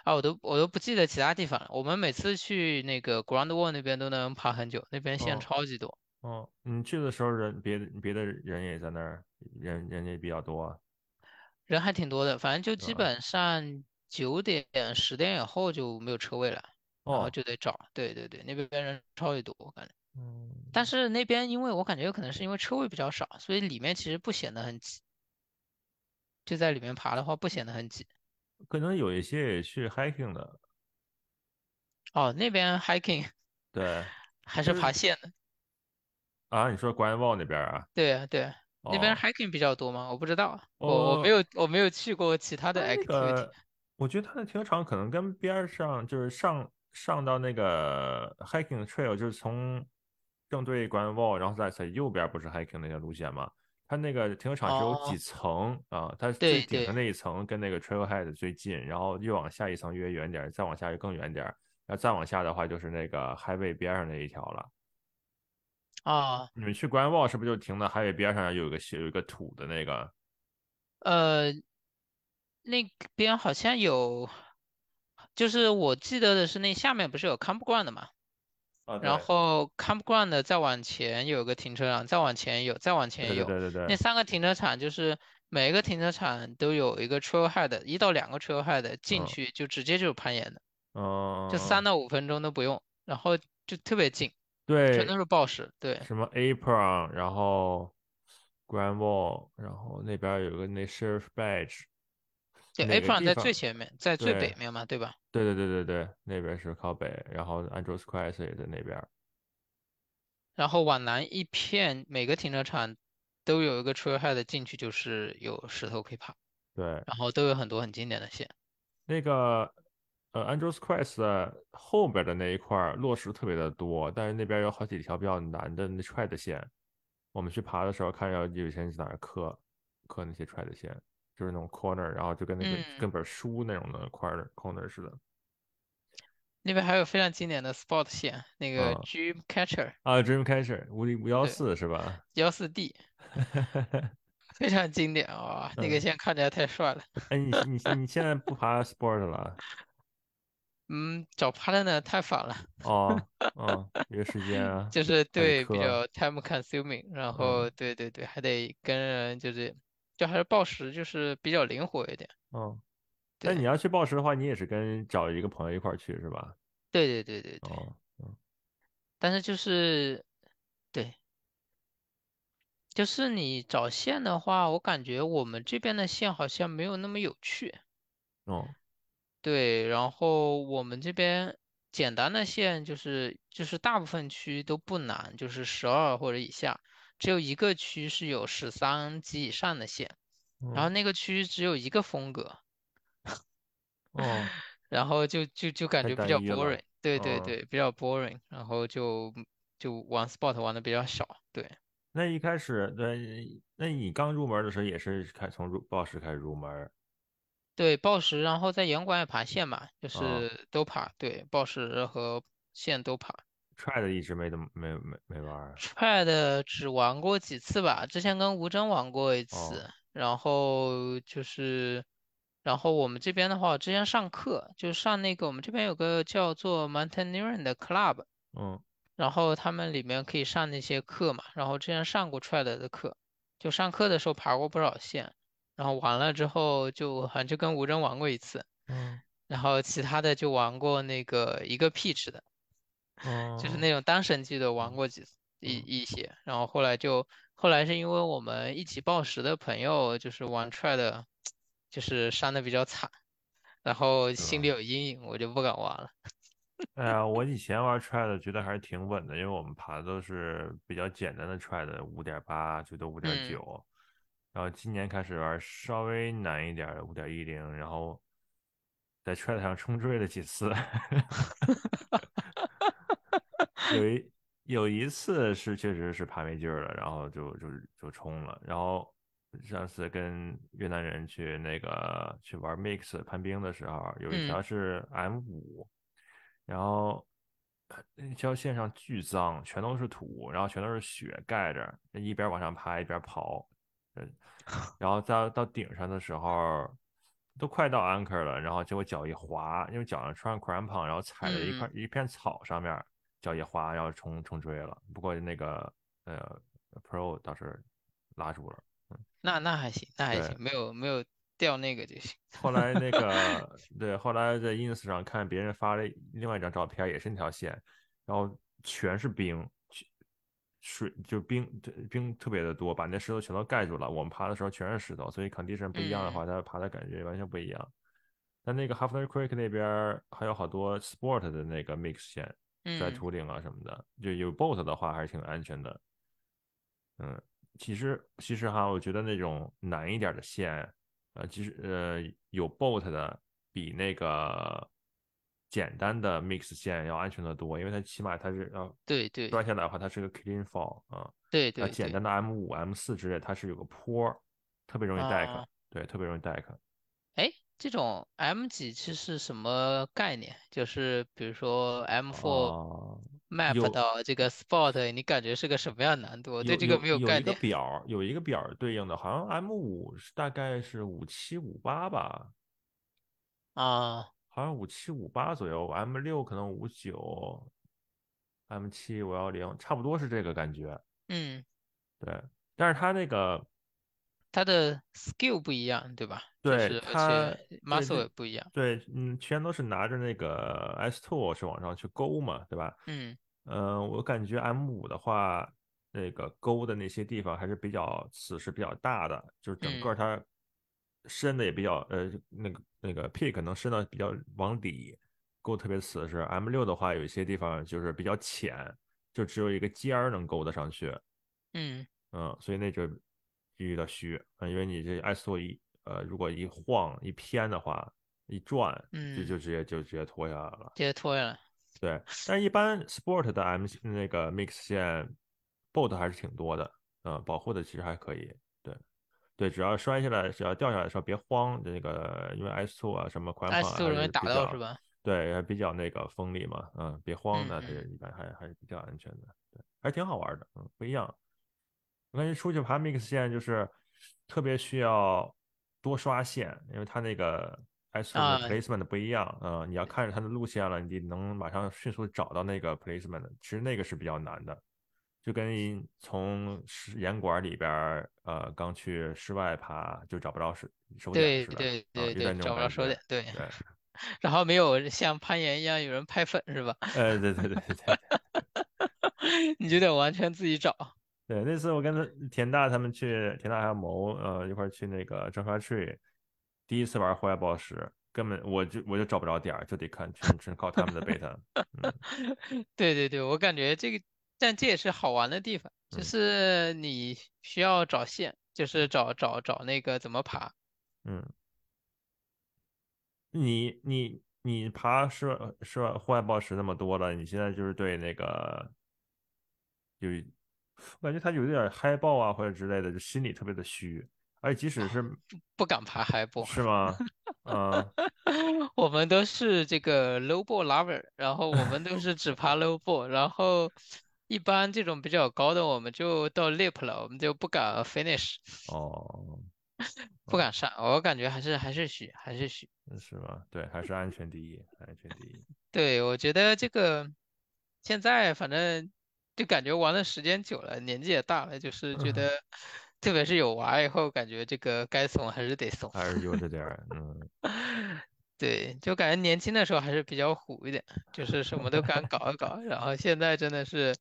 Speaker 2: 啊，我都我都不记得其他地方了。我们每次去那个 Grand Wall 那边都能爬很久，那边线
Speaker 1: 哦
Speaker 2: 超级多。
Speaker 1: 哦，你去的时候人别的别的人也在那儿，人人也比较多啊。
Speaker 2: 人还挺多的，反正就基
Speaker 1: 吧
Speaker 2: 本上九点、十点以后就没有车位了，然后
Speaker 1: 哦，
Speaker 2: 就得找。对对对，那边人超级多，我感觉。
Speaker 1: 嗯，
Speaker 2: 但是那边因为我感觉有可能是因为车位比较少，所以里面其实不显得很挤。就在里面爬的话，不显得很挤。
Speaker 1: 可能有一些也去 hiking 的，
Speaker 2: 哦，那边 hiking [LAUGHS]
Speaker 1: 对
Speaker 2: 还是
Speaker 1: 就是
Speaker 2: 爬线的。
Speaker 1: 啊，你说 Grand Wall 那边啊？
Speaker 2: 对啊，对啊，那边
Speaker 1: 哦
Speaker 2: hiking 比较多吗？我不知道，啊我我没
Speaker 1: 哦
Speaker 2: 有我没有去过其他的
Speaker 1: 它那
Speaker 2: activity。
Speaker 1: 个，哎呃我觉得它的停车场可能跟边儿上就是上上到那个 hiking trail，就是从正对 Grand Wall，然后在在右边不是 hiking 那条路线吗？它那个停车场只有
Speaker 2: 哦
Speaker 1: 几层啊，它最
Speaker 2: 对
Speaker 1: 顶的
Speaker 2: 对
Speaker 1: 那一层跟那个 trailhead 最近，然后越往下一层越远点儿，再往下就更远点儿，然后再往下的话就是那个 highway 边上那一条了。
Speaker 2: 啊，
Speaker 1: 你们去 Grand Wall 是不是就停到 highway 边上有一个有一个土的那个？
Speaker 2: 呃，那边好像有，就是我记得的是那下面不是有 campground 的嘛，
Speaker 1: 啊，
Speaker 2: 然后 campground 的再往前有个停车场，再往前有，再往
Speaker 1: 对
Speaker 2: 前
Speaker 1: 对
Speaker 2: 有。
Speaker 1: 对对对
Speaker 2: 那
Speaker 1: 对，
Speaker 2: 三个停车场就是每个停车场都有一个 trailhead，一到两个 trailhead 进
Speaker 1: 嗯
Speaker 2: 去就直接就是攀岩的，
Speaker 1: 嗯，
Speaker 2: 就三到五分钟都不用，然后就特别近，全
Speaker 1: 对
Speaker 2: 都是 BOSS。对，
Speaker 1: 什么 Apron，然后 Grand Wall，然后那边儿有个那 Sheriff Badge，
Speaker 2: 对
Speaker 1: 哪个
Speaker 2: ，apron
Speaker 1: 地
Speaker 2: 在
Speaker 1: 方
Speaker 2: 最前面，在最
Speaker 1: 对
Speaker 2: 北面嘛，对吧？
Speaker 1: 对对对对对，那边是靠北，然后 Andrews Crest 也在那边儿。
Speaker 2: 然后往南一片，每个停车场都有一个 trailhead 进去，就是有石头可以爬，
Speaker 1: 对，
Speaker 2: 然后都有很多很经典的线。
Speaker 1: 那个呃 Andrews Crest 的后边的那一块儿落石特别的多，但是那边有好几条比较难的那 t r 的线，我们去爬的时候看到有些人在那儿磕磕那些 t r 的线，就是那种 corner，然后就跟那个
Speaker 2: 嗯，
Speaker 1: 跟本儿书那种的 corner corner 似的。
Speaker 2: 那边还有非常经典的 spot 线，那个
Speaker 1: 嗯
Speaker 2: dream catcher
Speaker 1: 啊，Dreamcatcher 五五幺
Speaker 2: 对
Speaker 1: 四是
Speaker 2: [LAUGHS]
Speaker 1: 吧？
Speaker 2: 幺
Speaker 1: [LAUGHS]
Speaker 2: 四 D。非常经典啊、那个
Speaker 1: 嗯，
Speaker 2: 线看起来太帅了。
Speaker 1: 哎，你你你现在不爬 Sport 了？
Speaker 2: 嗯，找 partner 太烦了，
Speaker 1: 哦哦，约时间啊，
Speaker 2: 就是
Speaker 1: 还得
Speaker 2: 对比
Speaker 1: 磕，
Speaker 2: 较 time consuming，然后
Speaker 1: 嗯
Speaker 2: 对对对，还得跟人就是，就还是报时就是比较灵活一点。
Speaker 1: 嗯。那你
Speaker 2: 对
Speaker 1: 要去报时的话，你也是跟找一个朋友一块儿去是吧？
Speaker 2: 对对对对对，
Speaker 1: 哦，嗯
Speaker 2: 但是就是对，就是你找线的话，我感觉我们这边的线好像没有那么有趣。
Speaker 1: 哦
Speaker 2: 对，然后我们这边简单的线就是就是大部分区都不难，就是十二或者以下，只有一个区是有十三及以上的线，然
Speaker 1: 嗯
Speaker 2: 后那个区只有一个风格，
Speaker 1: 哦，
Speaker 2: 然后就就就感
Speaker 1: 太
Speaker 2: 觉比
Speaker 1: 单
Speaker 2: 较
Speaker 1: 一了
Speaker 2: boring，对对
Speaker 1: 嗯
Speaker 2: 对，比较 boring，然后就就玩 spot 玩的比较少，对。
Speaker 1: 那一开始，那那你刚入门的时候也是开从入 BOSS 开始入门儿，
Speaker 2: 对，报时，然后在严管也爬线嘛，就
Speaker 1: 啊
Speaker 2: 是都爬，对，报时和线都爬。
Speaker 1: ，try 的一直没怎么没没没玩儿。
Speaker 2: Trad 只玩过几次吧，之前跟吴征玩过一
Speaker 1: 哦
Speaker 2: 次，然后就是，然后我们这边的话，之前上课就上那个我们这边有个叫做 Mountaineering 的 club， [LAUGHS]
Speaker 1: 嗯，
Speaker 2: 然后他们里面可以上那些课嘛，然后之前上过 Trad 的课，就上课的时候爬过不少线，然后完了之后就好像就跟吴征玩过一次。
Speaker 1: 嗯
Speaker 2: 然后其他的就玩过那个一个 Peach 的，就是
Speaker 1: 嗯
Speaker 2: 那种单神剧的玩
Speaker 1: 嗯
Speaker 2: 过几次一
Speaker 1: 嗯
Speaker 2: 一些，然后后来就后来是因为我们一起报时的朋友就是玩出来的，就是伤的比较惨，然后
Speaker 1: 是
Speaker 2: 心里
Speaker 1: 吧？
Speaker 2: 有阴影，我就不敢玩了。
Speaker 1: 哎呀，我以前玩 try 的觉得还是挺稳的，因为我们爬的都是比较简单的 try 的，五点八最多五点
Speaker 2: 嗯
Speaker 1: 九，然后今年开始玩稍微难一点的五点一零，然后在 try 上冲坠了几次， [LAUGHS] 有一有一次是确实是爬没劲儿了，然后就就就冲了。然后上次跟越南人去那个去玩 mix 攀冰的时候，有一条
Speaker 2: 嗯
Speaker 1: 是 M 五，然后呃那条线上巨脏，全都是土，然后全都是雪盖着，一边往上爬一边刨，嗯，然后到到顶上的时候。都快到 anchor 了，然后结果脚一滑，因为脚上穿上 crampon，然后踩在一块
Speaker 2: 嗯
Speaker 1: 一片草上面，脚一滑，然后冲冲追了。不过那个呃 Pro 倒是拉住了。
Speaker 2: 那那还行，那还
Speaker 1: 对，
Speaker 2: 行，没有没有掉那个就行。
Speaker 1: 后来那个 [LAUGHS] 对，后来在 ins 上看别人发了另外一张照片，也是那条线，然后全是冰，全水就冰对冰特别的多，把那石头全都盖住了。我们爬的时候全是石头，所以 condition 不一样的
Speaker 2: 嗯
Speaker 1: 话，它爬的感觉完全不一样。但那个 Halfner Creek 那边儿还有好多 sport 的那个 mix 线，在
Speaker 2: 嗯
Speaker 1: 图灵啊什么的，就有 boat 的话还是挺安全的。嗯，其实其实哈，我觉得那种难一点儿的线，呃，其实呃有 boat 的比那个简单的 mix 线要安全的多，因为它起码它是呃
Speaker 2: 对对
Speaker 1: 摔下来的话，它是个 clean fall 啊。
Speaker 2: 对
Speaker 1: 那
Speaker 2: 对
Speaker 1: 简
Speaker 2: 对
Speaker 1: 单的 M 五、M 四之类，它是有个坡儿，特别容易 deck，
Speaker 2: 啊，
Speaker 1: 对，特别容易 deck。
Speaker 2: 哎，这种 M 几其实是什么概念？就是比如说 M4。
Speaker 1: 啊、
Speaker 2: map
Speaker 1: 有
Speaker 2: 到这个 spot，你感觉是个什么样的难度？我对
Speaker 1: 有
Speaker 2: 这个
Speaker 1: 有
Speaker 2: 没有
Speaker 1: 有
Speaker 2: 概
Speaker 1: 一个
Speaker 2: 念。 [LAUGHS]
Speaker 1: 表儿，有一个表儿对应的，好像 M 五是大概是五七五八吧，
Speaker 2: 啊，
Speaker 1: 好像五七五八左右，M 六可能五九，M 七五幺零，差不多是这个感觉。
Speaker 2: 嗯，
Speaker 1: 对，但是它那个
Speaker 2: 它的 skill 不一样，对吧？就
Speaker 1: 对
Speaker 2: 是而
Speaker 1: 它
Speaker 2: 且
Speaker 1: 对它
Speaker 2: muscle 也不一样。
Speaker 1: 对嗯，全都是拿着那个 S two 是往上去勾嘛，对吧？
Speaker 2: 嗯
Speaker 1: 嗯、我感觉 M 五的话，那个勾的那些地方还是比较死是比较大的，就是整个
Speaker 2: 嗯
Speaker 1: 它伸的也比较呃那个那个 peak 能伸到比较往底，勾特别死是 M 六的话，有一些地方就是比较浅，就只有一个尖儿能勾得上去。
Speaker 2: 嗯
Speaker 1: 嗯，所以那就遇到虚，嗯，因为你这 S 座一呃，如果一晃一偏的话，一转就
Speaker 2: 嗯，
Speaker 1: 就直接就直接脱下来了。
Speaker 2: 直接脱下来。
Speaker 1: 对，但是一般 Sport 的 M 那个 Mix 线 Boat 还是挺多的，嗯，保护的其实还可以。对对，只要摔下来，只要掉下来的时候别慌，那个因为 S 座啊什么 c r a m p o
Speaker 2: S
Speaker 1: n
Speaker 2: 就
Speaker 1: 还
Speaker 2: 容易
Speaker 1: 是
Speaker 2: 打
Speaker 1: 比
Speaker 2: 到是
Speaker 1: 较
Speaker 2: 吧？
Speaker 1: 对，还比较那个锋利嘛，嗯，别慌，
Speaker 2: 嗯
Speaker 1: 那它就
Speaker 2: 嗯
Speaker 1: 一般还还是比较安全的，对，还挺好玩的，嗯，不一样。我感觉出去爬 mix 线就是特别需要多刷线，因为它那个 S 和
Speaker 2: 啊，
Speaker 1: placement 不一样，呃，你要看着它的路线了，你得能马上迅速找到那个 placement，其实那个是比较难的，就跟一从食盐馆里边儿，呃，刚去室外爬就找不着手手点儿
Speaker 2: 对
Speaker 1: 似的，
Speaker 2: 对
Speaker 1: 啊、
Speaker 2: 对
Speaker 1: 有点
Speaker 2: 对，
Speaker 1: 那种
Speaker 2: 找不着
Speaker 1: 感
Speaker 2: 手
Speaker 1: 觉，
Speaker 2: 点，对。 [LAUGHS]
Speaker 1: 对， [LAUGHS]
Speaker 2: 然后没有像攀岩一样有人拍粉是吧？ [LAUGHS]
Speaker 1: 呃，对对对对对。
Speaker 2: 你就得完全自己找。 [LAUGHS]
Speaker 1: 对，那次我跟他田大他们去，田大还有谋，呃，一块儿去那个蒸发 tree，第一次玩户外暴食，根本我就我就找不着点儿，就得看全全靠他们的贝塔。嗯
Speaker 2: 对对对，我感觉这个，但这也是好玩的地方，就
Speaker 1: 嗯
Speaker 2: 是你需要找线，就是找找找那个怎么爬。
Speaker 1: 嗯， [LAUGHS] 你你你爬是是户外暴食那么多了，你现在就是对那个有一，我感觉他有点儿嗨爆啊或者之类的，就心里特别的虚，而且即使是
Speaker 2: 不敢爬 high ball，
Speaker 1: 是吗？嗯，
Speaker 2: [LAUGHS] 我们都是这个 low ball lover，然后我们都是只爬 low ball，然后一般这种比较高的我们就到 lip 了，我们就不
Speaker 1: [LAUGHS]
Speaker 2: 敢 finish，
Speaker 1: 哦，
Speaker 2: 不
Speaker 1: 嗯
Speaker 2: 敢上。我感觉还是还是虚，还是虚。
Speaker 1: 是吧？对，还是安全第一，安全第一。
Speaker 2: 对，我觉得这个现在反正就感觉玩的时间久了，年纪也大了，就是觉
Speaker 1: 嗯
Speaker 2: 得，特别是有娃以后，感觉这个该怂还是得怂。
Speaker 1: 还是悠着点儿，嗯，
Speaker 2: 对，就感觉年轻的时候还是比较虎一点，就是什么都敢搞一搞。然后现在真的是，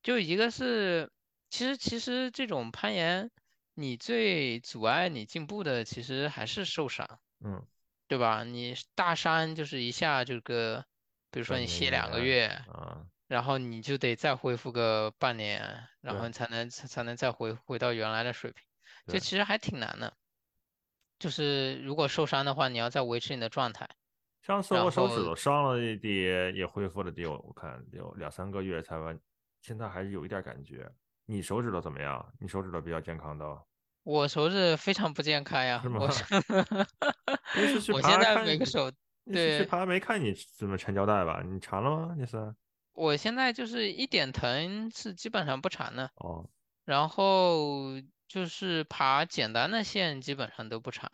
Speaker 2: 就一个是，其实其实这种攀岩，你最阻碍你进步的，其实还是受伤，
Speaker 1: 嗯，
Speaker 2: 对吧？你大伤就是一下这个，比如说
Speaker 1: 半
Speaker 2: 你
Speaker 1: 年
Speaker 2: 歇
Speaker 1: 一
Speaker 2: 两个
Speaker 1: 年
Speaker 2: 月，
Speaker 1: 啊，
Speaker 2: 然后你就得再恢复个半年，然
Speaker 1: 对
Speaker 2: 后你才能才才能再回回到原来的水平，就
Speaker 1: 对
Speaker 2: 其实还挺难的。就是如果受伤的话，你要再维持你的状态。
Speaker 1: 上次
Speaker 2: 然
Speaker 1: 我手指
Speaker 2: 后
Speaker 1: 头伤了也得也恢复了得有我看得有两三个月才完，现在还是有一点感觉。你手指头怎么样？你手指头比较健康的哦，
Speaker 2: 我手指非常不健康呀，
Speaker 1: 是吗
Speaker 2: 我手
Speaker 1: 那次 [LAUGHS] 去
Speaker 2: 我现
Speaker 1: 爬
Speaker 2: 在
Speaker 1: 看
Speaker 2: 每个
Speaker 1: 你，
Speaker 2: 手，
Speaker 1: 那次去
Speaker 2: 对，
Speaker 1: 爬没看你怎么缠胶带吧？你缠了吗？那次？
Speaker 2: 我现在就是一点疼是基本上不缠的，
Speaker 1: 哦
Speaker 2: 然后就是爬简单的线基本上都不缠，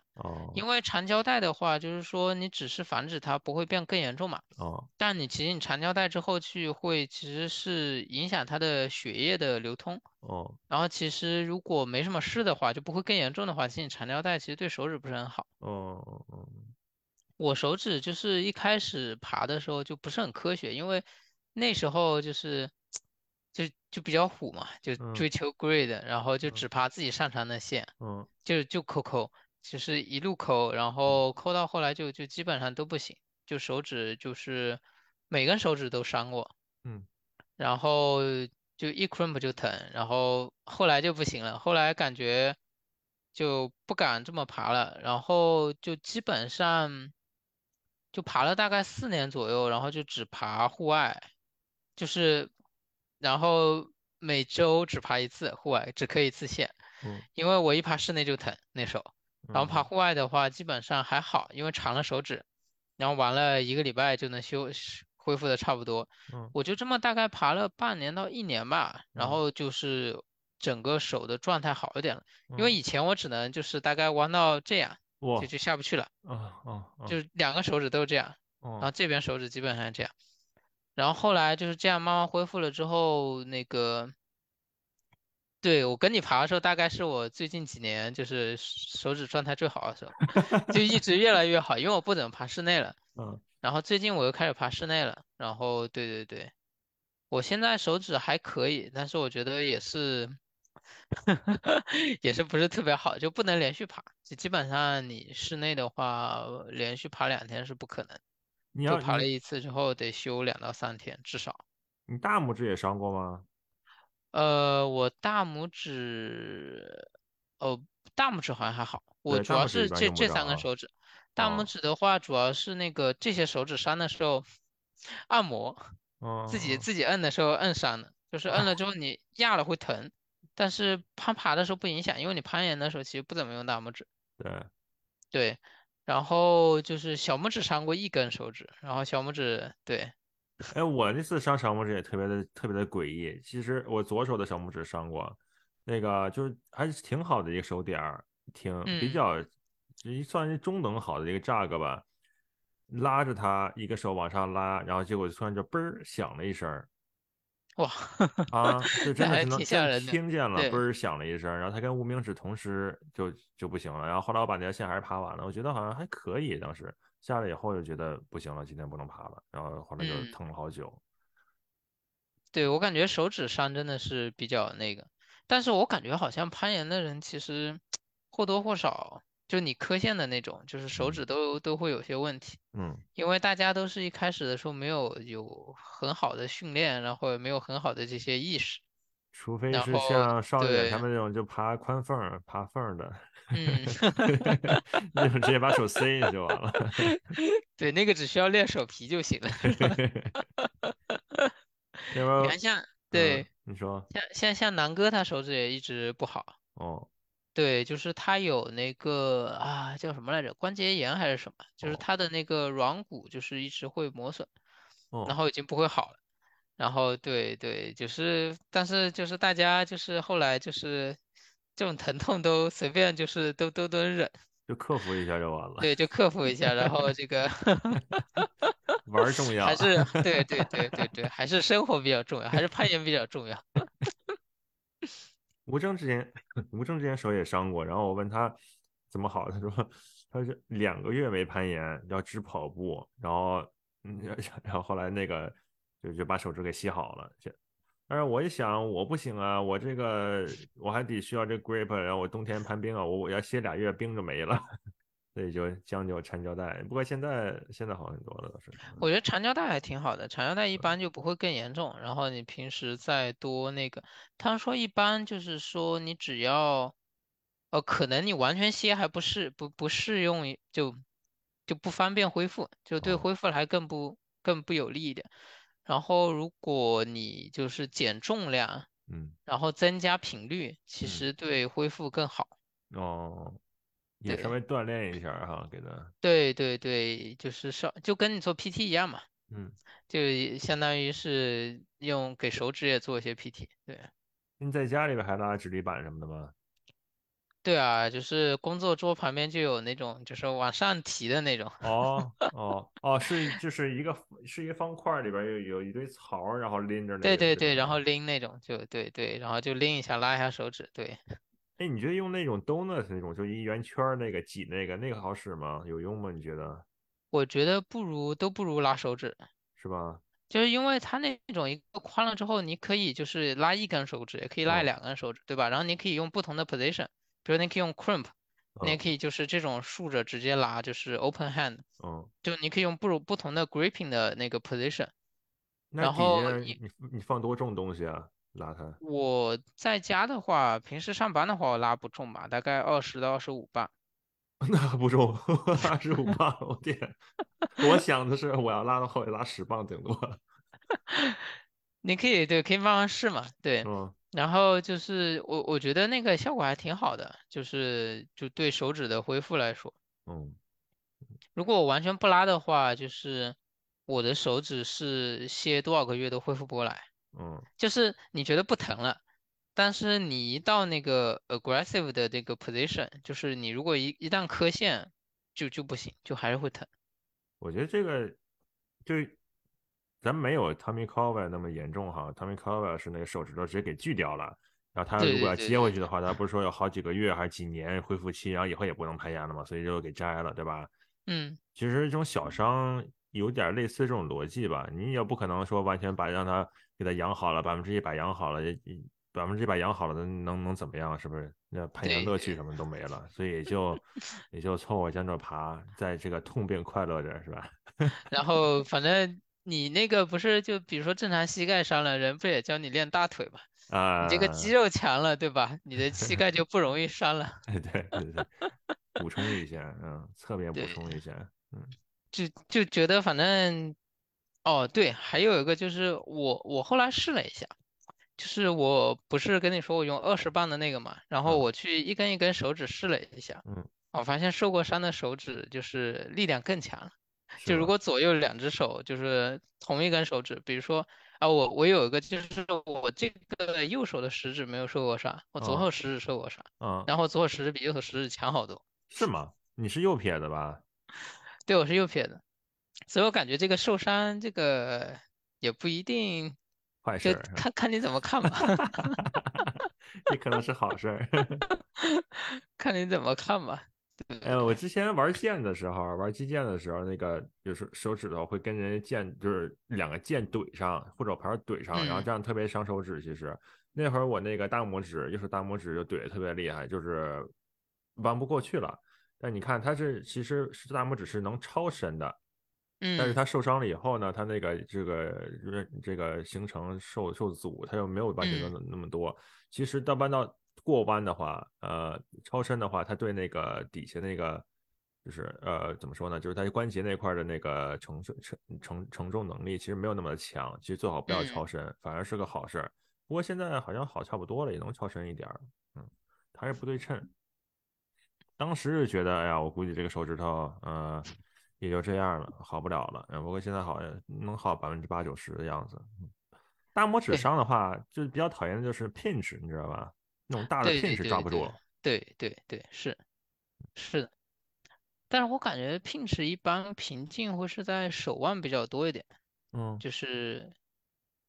Speaker 2: 因
Speaker 1: 哦
Speaker 2: 为缠胶带的话，就是说你只是防止它不会变更严重嘛，
Speaker 1: 哦
Speaker 2: 但你其实你缠胶带之后去会其实是影响它的血液的流通。
Speaker 1: 哦
Speaker 2: 然后其实如果没什么事的话，就不会更严重的话，其实你缠胶带其实对手指不是很好。
Speaker 1: 哦哦，
Speaker 2: 我手指就是一开始爬的时候就不是很科学，因为那时候就是就就比较虎嘛，就
Speaker 1: 嗯
Speaker 2: 追求 grade，然后就
Speaker 1: 嗯
Speaker 2: 只爬自己擅长的线，
Speaker 1: 嗯
Speaker 2: 就就抠抠，就是一路抠，然后抠到后来就就基本上都不行，就手指就是每根手指都伤过，
Speaker 1: 嗯
Speaker 2: 然后就一 crimp 就疼，然后后来就不行了，后来感觉就不敢这么爬了，然后就基本上就爬了大概四年左右，然后就只爬户外，就是然后每周只爬一次户外，只刻一次线，
Speaker 1: 嗯
Speaker 2: 因为我一爬室内就疼那时候，然后爬
Speaker 1: 嗯
Speaker 2: 户外的话基本上还好，因为长了手指，然后玩了一个礼拜就能修恢复的差不多。
Speaker 1: 嗯
Speaker 2: 我就这么大概爬了半年到一年吧，然
Speaker 1: 嗯
Speaker 2: 后就是整个手的状态好一点了。因为
Speaker 1: 嗯，
Speaker 2: 以前我只能就是大概弯到这样，就
Speaker 1: 我
Speaker 2: 就下不去了，
Speaker 1: 啊啊啊
Speaker 2: 就是两个手指都是这样，然后
Speaker 1: 哦
Speaker 2: 这边手指基本上这样。然后后来就是这样慢慢恢复了之后，那个，对，我跟你爬的时候，大概是我最近几年就是手指状态最好的时候，就一直越来越好，因为我不怎么爬室内了。
Speaker 1: [LAUGHS] 嗯
Speaker 2: 然后最近我又开始爬室内了，然后对对对，我现在手指还可以，但是我觉得也是， [LAUGHS] 也是不是特别好，就不能连续爬，就基本上你室内的话，连续爬两天是不可能，
Speaker 1: 你
Speaker 2: 就
Speaker 1: 要
Speaker 2: 爬了
Speaker 1: 你
Speaker 2: 一次之后得休两到三天至少。
Speaker 1: 你大拇指也伤过吗？
Speaker 2: 呃，我大拇指，哦，大拇指好像还好，我
Speaker 1: 对，
Speaker 2: 主
Speaker 1: 大
Speaker 2: 要
Speaker 1: 拇指一
Speaker 2: 是
Speaker 1: 般
Speaker 2: 这
Speaker 1: 用不
Speaker 2: 这三根
Speaker 1: 着啊
Speaker 2: 手指，大拇
Speaker 1: 哦
Speaker 2: 指的话主要是那个这些手指伤的时候，按摩，自己
Speaker 1: 嗯
Speaker 2: 自己摁的时候摁伤的，就是摁了
Speaker 1: 啊
Speaker 2: 之后你压了会疼，但是攀爬的时候不影响，因为你攀岩的时候其实不怎么用大拇指，
Speaker 1: 对。
Speaker 2: 对，然后就是小拇指伤过一根手指，然后小拇指，对，
Speaker 1: 哎，我那次伤小拇指也特别的特别的诡异。其实我左手的小拇指伤过，那个就是还是挺好的一个手点儿，挺比
Speaker 2: 嗯，
Speaker 1: 较算是中等好的一个 jug 吧。拉着它一个手往上拉，然后结果突然就嘣儿响了一声儿
Speaker 2: 哇，
Speaker 1: 啊，就真
Speaker 2: 那
Speaker 1: 的
Speaker 2: 还
Speaker 1: 是能真
Speaker 2: 挺吓
Speaker 1: 的
Speaker 2: 人的，
Speaker 1: 听见了嘣
Speaker 2: 对。
Speaker 1: 儿响了一声儿，然后它跟无名指同时就就不行了。然后后来我把那条线还是爬完了，我觉得好像还可以，当时下来以后就觉得不行了，今天不能爬了，然后后来就
Speaker 2: 嗯。
Speaker 1: 疼了好久。
Speaker 2: 对，我感觉手指伤真的是比较那个，但是我感觉好像攀岩的人其实或多或少，就你磕线的那种，就是手指都都会有些问题，
Speaker 1: 嗯
Speaker 2: 因为大家都是一开始的时候没有有很好的训练，然后也没有很好的这些意识。
Speaker 1: 除非
Speaker 2: 然
Speaker 1: 是
Speaker 2: 后
Speaker 1: 像少爷
Speaker 2: 对
Speaker 1: 他们那种就爬宽缝儿、爬缝儿的， [LAUGHS]
Speaker 2: 嗯，
Speaker 1: 那种直接把手塞进去就完
Speaker 2: [LAUGHS]
Speaker 1: 了。
Speaker 2: 对，那个只需要练手皮
Speaker 1: [LAUGHS]
Speaker 2: 就行了。
Speaker 1: 要
Speaker 2: 你
Speaker 1: 不
Speaker 2: 看
Speaker 1: 然
Speaker 2: 像
Speaker 1: 嗯
Speaker 2: 对
Speaker 1: 你说
Speaker 2: 像像像南哥他手指也一直不好，
Speaker 1: 哦
Speaker 2: 对，就是他有那个啊叫什么来着，关节炎还是什么，就是
Speaker 1: 哦
Speaker 2: 他的那个软骨就是一直会磨损，然
Speaker 1: 哦
Speaker 2: 后已经不会好了。然后对对，就是但是就是大家就是后来就是这种疼痛都随便就是都都都忍，
Speaker 1: 就克服一下就完了，
Speaker 2: 对，就克服一下，然后这个 [LAUGHS]
Speaker 1: 玩儿重要
Speaker 2: 还。是对对对对对，还是生活比较重要，还是攀岩比较重要。
Speaker 1: 吴征之前， [LAUGHS] 吴征之前手也伤过，然后我问他怎么好，他说他是两个月没攀岩，要只跑步，然后嗯， [LAUGHS] 然后后来那个就就把手指给吸好了。这，但是我一想，我不行啊，我这个我还得需要这 grip，然后我冬天攀冰啊，我我要歇俩月，冰就没了， [LAUGHS] 所以就将就缠胶带。不过现在现在好很多了，倒是。
Speaker 2: 我觉得缠胶带还挺好的，缠胶带一般就不会更严重，然后你平时再多那个，他们说一般就是说你只要，呃，可能你完全歇还不适不不适用于就就不方便恢复，就对
Speaker 1: 哦
Speaker 2: 恢复还更不更不有利一点。然后如果你就是减重量，
Speaker 1: 嗯
Speaker 2: 然后增加频率，其
Speaker 1: 嗯
Speaker 2: 实对恢复更好。
Speaker 1: 哦，也稍
Speaker 2: 对
Speaker 1: 微锻炼一下儿哈，给他
Speaker 2: 对对对，就是上就跟你做 PT 一样嘛。
Speaker 1: 嗯。
Speaker 2: 就也相当于是用给手指也做一些 PT，对
Speaker 1: 你在家里边还拉直立板什么的吗？
Speaker 2: 对啊，就是工作桌旁边就有那种就是往上提的那种，
Speaker 1: 哦哦哦，是就是一个是一个方块儿里边儿有有一堆槽儿，然后拎着那
Speaker 2: 对
Speaker 1: 种，
Speaker 2: 对
Speaker 1: 对吧？
Speaker 2: 对，然后
Speaker 1: 啊，
Speaker 2: 拎那种就对对，然后就拎一下拉一下手指，对，
Speaker 1: 哎，你觉得用那种 donut 那种，就一圆圈儿那个挤那个那个好使吗？有用吗？你觉得
Speaker 2: 我觉得不如都不如拉手指，
Speaker 1: 是吧？
Speaker 2: 就是因为它那种一个宽了之后，你可以就是拉一根手指，也可以拉
Speaker 1: 嗯
Speaker 2: 两根手指，对吧？然后你可以用不同的 position，比如你可以用 crimp，你也
Speaker 1: 嗯
Speaker 2: 可以就是这种竖着直接拉，就是 open hand，
Speaker 1: 嗯，
Speaker 2: 就你可以用不不同的 gripping 的那个 position。
Speaker 1: 那
Speaker 2: 然
Speaker 1: 底
Speaker 2: 后
Speaker 1: 下
Speaker 2: 你
Speaker 1: 你你放多重东西啊？拉
Speaker 2: [LAUGHS]
Speaker 1: 它
Speaker 2: 我在家的话，平时上班的话，我拉不重吧，大概二十到二十五吧。
Speaker 1: 那还不重，二十五磅，我
Speaker 2: [LAUGHS]
Speaker 1: 天！我想的是我要拉到后面拉十磅顶多，
Speaker 2: 你可以对，可以慢慢试嘛，对。
Speaker 1: 嗯
Speaker 2: 然后就是我我觉得那个效果还挺好的，就是就对手指的恢复来说，
Speaker 1: 嗯
Speaker 2: 如果我完全不拉的话，就是我的手指是歇多少个月都恢复不过来。
Speaker 1: 嗯
Speaker 2: 就是你觉得不疼了，但是你一到那个 aggressive 的这个 position，就是你如果一一旦磕线，就就不行，就还是会疼。
Speaker 1: 我觉得这个就是咱没有 Tommy Caldwell 那么严重哈，Tommy Caldwell 是那个手指头直接给锯掉了，然后他
Speaker 2: 对
Speaker 1: 如果
Speaker 2: 对
Speaker 1: 要
Speaker 2: 对
Speaker 1: 接回
Speaker 2: 对
Speaker 1: 去的话，他不是说有好几个月还是几年恢复期，然后以后也不能攀岩了嘛，所以就给摘了，对吧？
Speaker 2: 嗯，
Speaker 1: 其实这种小伤有点类似这种逻辑吧，你也不可能说完全把让它给它养好了，百分之一百养好了，百分之一百养好了，能能能怎么样？是不是？那攀岩
Speaker 2: 对
Speaker 1: 乐趣
Speaker 2: 对
Speaker 1: 什么都没了，所以也
Speaker 2: [LAUGHS]
Speaker 1: 就也就凑合将着爬，在这个痛并快乐着，是吧？
Speaker 2: 然后反正你那个不是就比如说正常膝盖伤了，人不也教你练大腿嘛？你这个肌
Speaker 1: 啊，
Speaker 2: 肉强了，对吧？你的膝盖就不容易伤了。
Speaker 1: [LAUGHS] 对对对，补充一下，嗯，侧面补充
Speaker 2: 对，
Speaker 1: 一下，嗯
Speaker 2: 就就觉得反正，哦对，还有一个就是我我后来试了一下。就是我不是跟你说我用二十磅的那个嘛，然后
Speaker 1: 嗯
Speaker 2: 我去一根一根手指试了一下，
Speaker 1: 嗯，
Speaker 2: 我发现受过伤的手指就是力量更强了。
Speaker 1: 是
Speaker 2: 就如
Speaker 1: 吧？
Speaker 2: 果左右两只手就是同一根手指，比如说啊，我我有一个就是我这个右手的食指没有受过伤，我左
Speaker 1: 嗯
Speaker 2: 手食指受过伤，
Speaker 1: 嗯，
Speaker 2: 然后左手食指比右手食指强好多。
Speaker 1: 是吗？你是右撇子吧？
Speaker 2: 对，我是右撇子，所以我感觉这个受伤这个也不一定，
Speaker 1: 坏事
Speaker 2: 就
Speaker 1: 儿是吧？
Speaker 2: 看看你怎么看吧， [LAUGHS]
Speaker 1: 也可能是好事儿。 [LAUGHS]
Speaker 2: 看你怎么看吧。
Speaker 1: 哎，我之前玩剑的时候，玩击剑的时候，那个就是手指头会跟人家剑，就是两个剑怼上，或者牌儿怼上，然后
Speaker 2: 嗯
Speaker 1: 这样特别伤手指。其实那会儿我那个大拇指，右手大拇指就怼的特别厉害，就是弯不过去了。但你看他是其实是大拇指是能超伸的，
Speaker 2: 嗯，
Speaker 1: 但是他受伤了以后呢，他那个这个这个行程受受阻，他又没有完
Speaker 2: 嗯
Speaker 1: 成那那么多。其实到搬到过弯的话，呃，超伸的话，他对那个底下那个就是呃怎么说呢，就是他关节那块的那个承受承承承重能力其实没有那么强。其实最好不要
Speaker 2: 嗯
Speaker 1: 超伸，反而是个好事儿。不过现在好像好差不多了，也能超伸一点儿。嗯，还是不对称。当时就觉得，哎呀，我估计这个手指头，呃，也就这样了，好不了了。嗯，不过现在好像能好百分之八九十的样子。嗯大拇指
Speaker 2: 对
Speaker 1: 伤的话，就比较讨厌的就是 pinch，你知道吧？那种大的
Speaker 2: 对对
Speaker 1: pinch
Speaker 2: 对
Speaker 1: 抓不
Speaker 2: 对
Speaker 1: 住。
Speaker 2: 对对对，是是的，但是我感觉 pinch 一般瓶颈会是在手腕比较多一点，
Speaker 1: 嗯，
Speaker 2: 就是，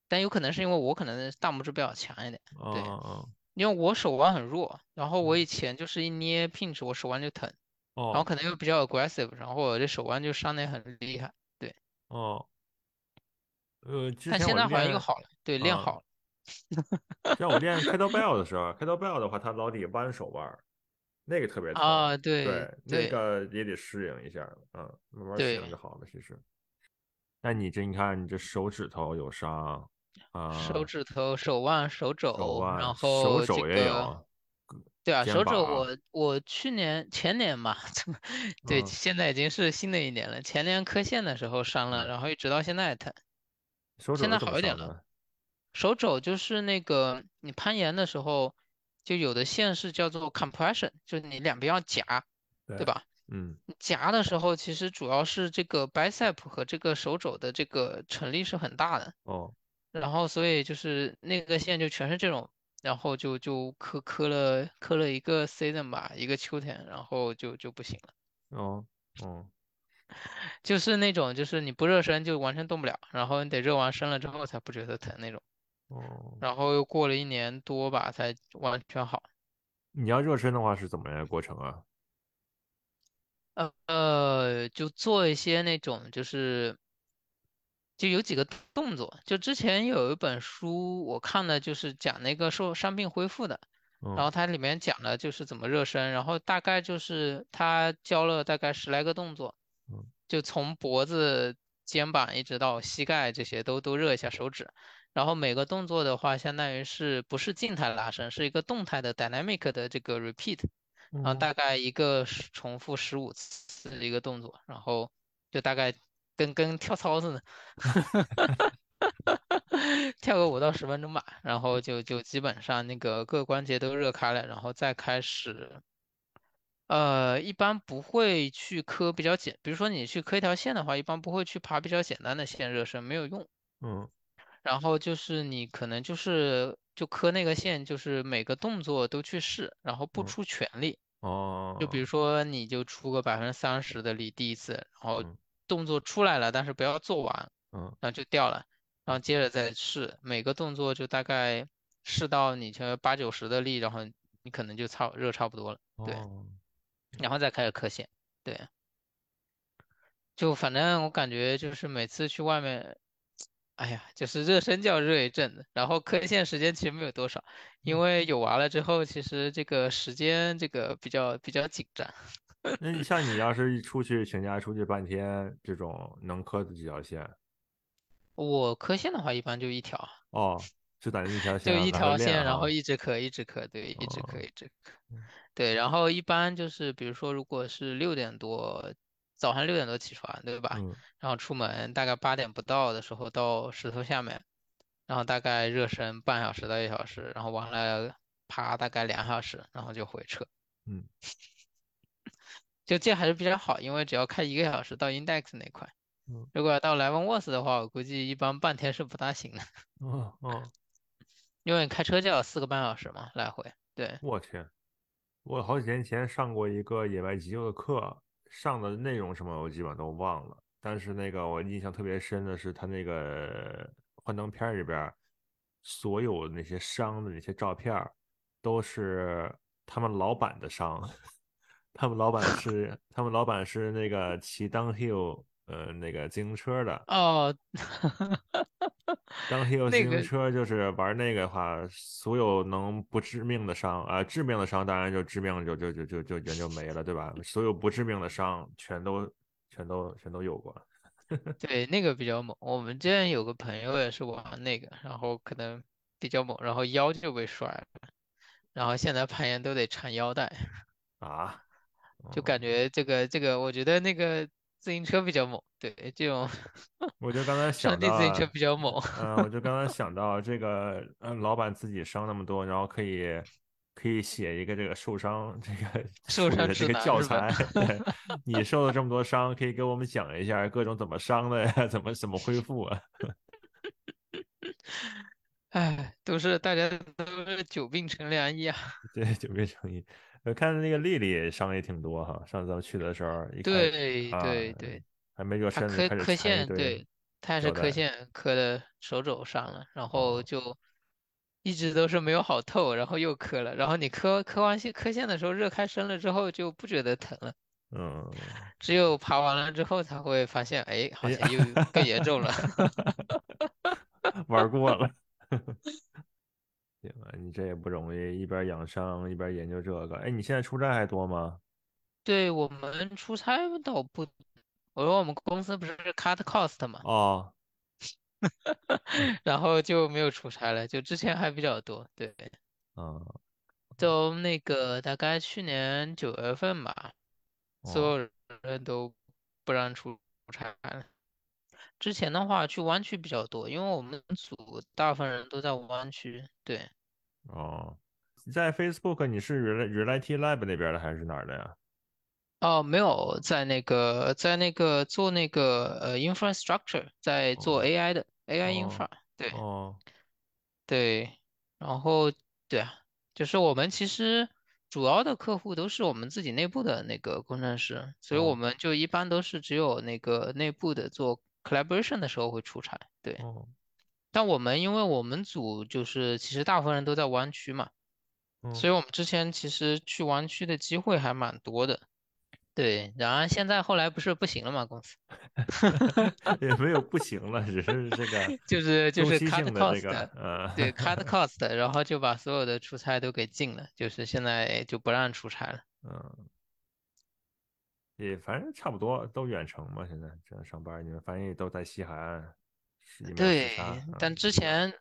Speaker 2: 但有可能是因为我可能大拇指比较强一点，对
Speaker 1: 嗯嗯
Speaker 2: 因为我手腕很弱，然后我以前就是一捏 pinch 我手腕就疼，然后
Speaker 1: 哦
Speaker 2: 可能又比较 aggressive，然后我这手腕就伤得很厉害，
Speaker 1: 哦，呃，之
Speaker 2: 但
Speaker 1: 前
Speaker 2: 现
Speaker 1: 我
Speaker 2: 在好像又
Speaker 1: 练，
Speaker 2: 好了，对，练
Speaker 1: 嗯
Speaker 2: 好了，
Speaker 1: 像我
Speaker 2: [LAUGHS]
Speaker 1: 练 kettlebell 的时候，kettlebell 的话，它老得弯手腕儿，那个特别疼。
Speaker 2: 啊，对
Speaker 1: 对，那
Speaker 2: 对
Speaker 1: 个也得适应一下，嗯，慢慢适应
Speaker 2: 对
Speaker 1: 就好了。其实，那你这你看，你这手指头有伤啊，
Speaker 2: 手指头、手腕、手
Speaker 1: 手
Speaker 2: 肘，
Speaker 1: 腕、
Speaker 2: 然
Speaker 1: 手
Speaker 2: 后这
Speaker 1: 肘也
Speaker 2: 个。
Speaker 1: 有，
Speaker 2: 对啊，
Speaker 1: 肩
Speaker 2: 手肘
Speaker 1: 膀
Speaker 2: 我我去年前年 [LAUGHS] 嘛，对，
Speaker 1: 嗯
Speaker 2: 现在已经是新的一年了。前年磕线的时候伤了，
Speaker 1: 嗯
Speaker 2: 然后一直到现在还疼。
Speaker 1: 手肘是
Speaker 2: 现在
Speaker 1: 怎么
Speaker 2: 好一点
Speaker 1: 伤
Speaker 2: 了
Speaker 1: 的？
Speaker 2: 手肘就是那个你攀岩的时候，就有的线是叫做 compression，就是你两边要夹，
Speaker 1: 对
Speaker 2: 对吧？
Speaker 1: 嗯
Speaker 2: 你夹的时候，其实主要是这个 bicep 和这个手肘的这个承力是很大的，
Speaker 1: 哦
Speaker 2: 然后所以就是那个线就全是这种，然后就就磕磕了磕了一个 season 吧，一个秋天，然后就就不行了，
Speaker 1: 哦哦
Speaker 2: 就是那种就是你不热身就完全动不了，然后你得热完身了之后才不觉得疼那种，
Speaker 1: 哦，
Speaker 2: 然后又过了一年多吧才完全好。
Speaker 1: 你要热身的话是怎么样的过程啊？
Speaker 2: 呃呃，就做一些那种就是，就有几个动作。就之前有一本书我看的，就是讲那个受伤病恢复的，然后
Speaker 1: 嗯
Speaker 2: 它里面讲的就是怎么热身，然后大概就是他教了大概十来个动作
Speaker 1: 嗯，
Speaker 2: 就从脖子、肩膀一直到膝盖这些都都热一下手指。然后每个动作的话，相当于是不是静态拉伸，是一个动态的 dynamic 的这个 repeat。然后
Speaker 1: 嗯
Speaker 2: 大概一个十重复十五次的一个动作，然后就大概跟跟跳操似的， [LAUGHS] 跳个五到十分钟吧，然后就就基本上那个各关节都热开了，然后再开始，呃，一般不会去磕比较简，比如说你去磕一条线的话，一般不会去爬比较简单的线热身，没有用。
Speaker 1: 嗯
Speaker 2: 然后就是你可能就是就磕那个线，就是每个动作都去试，然后不
Speaker 1: 嗯
Speaker 2: 出全力。就比如
Speaker 1: 哦
Speaker 2: 说，你就出个百分之三十的力第一次，然后
Speaker 1: 嗯
Speaker 2: 动作出来了，但是不要做完，
Speaker 1: 嗯
Speaker 2: 然后就掉了，然后接着再试，每个动作就大概试到你这八九十的力，然后你可能就差热差不多了，对，
Speaker 1: 哦，
Speaker 2: 然后再开始磕线，对，就反正我感觉就是每次去外面，哎呀，就是热身就要热一阵子，然后磕线时间其实没有多少，因
Speaker 1: 嗯
Speaker 2: 为有娃了之后，其实这个时间这个比较比较紧张。
Speaker 1: 那你像你要是一出去请假出去半天这种能磕的几条线
Speaker 2: 我磕线的话，一般就一条，
Speaker 1: 哦，就在那一条线
Speaker 2: 就
Speaker 1: 上
Speaker 2: 一
Speaker 1: 来回
Speaker 2: 条
Speaker 1: 练啊
Speaker 2: 线，然后
Speaker 1: 哈。
Speaker 2: 一直磕，一直磕，对，一直磕，
Speaker 1: 哦
Speaker 2: 一直磕，
Speaker 1: 嗯
Speaker 2: 对。然后一般就是，比如说，如果是六点多，早上六点多起床，对吧？
Speaker 1: 嗯
Speaker 2: 然后出门，大概八点不到的时候到石头下面，然后大概热身半小时到一小时，然后完了爬大概两小时，然后就回车。
Speaker 1: 嗯
Speaker 2: [LAUGHS] 就这还是比较好，因为只要开一个小时到 index 那块，
Speaker 1: 嗯
Speaker 2: 如果要到 Leavenworth 的话，我估计一般半天是不大行的。
Speaker 1: 哦哦，
Speaker 2: 因为你开车就要四个半小时嘛，来回。对，
Speaker 1: 我天！我好几年前上过一个野外急救的课，上的内容什么我基本上都忘了，但是那个我印象特别深的是他那个幻灯片儿里边儿所有那些伤的那些照片儿都是他们老板的伤， [LAUGHS] 他们老板是他们老板是那个骑 downhill 呃那个自行车的，
Speaker 2: 哦，
Speaker 1: 刚骑有自
Speaker 2: 那
Speaker 1: 行
Speaker 2: 个
Speaker 1: 车就是玩那个的话，所有能不致命的伤啊、致命的伤当然就致命就就就就就人就没了，对吧？所有不致命的伤全都全都全都有过。
Speaker 2: 对，那个比较猛。我们之前有个朋友也是玩那个，然后可能比较猛，然后腰就被摔了，然后现在攀岩都得缠腰带，
Speaker 1: 啊，
Speaker 2: 就
Speaker 1: 嗯
Speaker 2: 感觉这个这个，我觉得那个自行车比较猛。对，这种 [LAUGHS]
Speaker 1: 我就刚才想
Speaker 2: 山地
Speaker 1: 到
Speaker 2: 自行车
Speaker 1: 啊，
Speaker 2: 比较猛。
Speaker 1: 嗯，我就刚才想到这个，嗯，老板自己伤那么多，然后可以可以写一个这个受伤这个
Speaker 2: [LAUGHS] 受
Speaker 1: 处理
Speaker 2: 伤
Speaker 1: 的这
Speaker 2: 指
Speaker 1: 个
Speaker 2: 南
Speaker 1: 教
Speaker 2: 是吧
Speaker 1: 材。
Speaker 2: [LAUGHS]
Speaker 1: 对，你受了这么多伤，可以给我们讲一下各种怎么伤的呀， [LAUGHS] 怎么怎么恢复啊？
Speaker 2: 哎，都是大家都是久病成良医啊。
Speaker 1: 对，久别成医。我看那个丽丽伤也挺多哈，上次咱们去的时候一看
Speaker 2: 对
Speaker 1: 啊，
Speaker 2: 对对，
Speaker 1: 还没热
Speaker 2: 他
Speaker 1: 身呢，开
Speaker 2: 磕
Speaker 1: 始
Speaker 2: 磕
Speaker 1: 缠一
Speaker 2: 线，
Speaker 1: 堆
Speaker 2: 对，他是
Speaker 1: 胶
Speaker 2: 磕
Speaker 1: 带。
Speaker 2: 线磕的手肘上了，然后
Speaker 1: 哦，
Speaker 2: 就一直都是没有好透，然后又磕了，然后你磕磕完线磕线的时候热开身了之后就不觉得疼了，
Speaker 1: 嗯，
Speaker 2: 只有爬完了之后才会发现，哎，好
Speaker 1: 哎呀，
Speaker 2: 像又更严
Speaker 1: [LAUGHS]
Speaker 2: 重了。
Speaker 1: 玩过了。 [LAUGHS] 行啊，你这也不容易，一边养伤一边研究这个。哎，你现在出差还多吗？
Speaker 2: 对，我们出差倒不，我说我们公司不是 cut cost 嘛，
Speaker 1: 哦，
Speaker 2: 然后就没有出差了，就之前还比较多，对。
Speaker 1: 嗯，
Speaker 2: 就那个大概去年九月份吧，
Speaker 1: 哦，
Speaker 2: 所有人都不让出差了。之前的话去湾区比较多，因为我们组大部分人都在湾区。对，
Speaker 1: 哦，你在 Facebook 你是 Rel Reality Lab 那边的还是哪儿的呀？
Speaker 2: 哦，没有在那个在那个做那个呃 infrastructure，在做
Speaker 1: 哦，
Speaker 2: AI 的 AI
Speaker 1: 哦，
Speaker 2: infra。对
Speaker 1: 哦，
Speaker 2: 对，然后对啊，就是我们其实主要的客户都是我们自己内部的那个工程师，所以我
Speaker 1: 哦，
Speaker 2: 们就一般都是只有那个内部的做 collaboration 的时候会出差。对，
Speaker 1: 哦，
Speaker 2: 但我们因为我们组就是其实大部分人都在湾区嘛，
Speaker 1: 嗯，
Speaker 2: 所以我们之前其实去湾区的机会还蛮多的。对，然而现在后来不是不行了嘛，
Speaker 1: [LAUGHS]
Speaker 2: 公司
Speaker 1: 哦也没有不行了，只是这个
Speaker 2: [LAUGHS] 就是就
Speaker 1: 周
Speaker 2: 是
Speaker 1: 期
Speaker 2: cut
Speaker 1: 性的这
Speaker 2: cost
Speaker 1: 个，
Speaker 2: 的。
Speaker 1: [LAUGHS]
Speaker 2: 对
Speaker 1: 呃，
Speaker 2: ，cut cost，然后就把所有的出差都给禁了，就是现在就不让出差了。
Speaker 1: 嗯，也反正差不多都远程嘛。现在这样上班，你们反正也都在西海岸，是也没有时差，
Speaker 2: 对，
Speaker 1: 嗯，
Speaker 2: 但之
Speaker 1: 一样。
Speaker 2: 前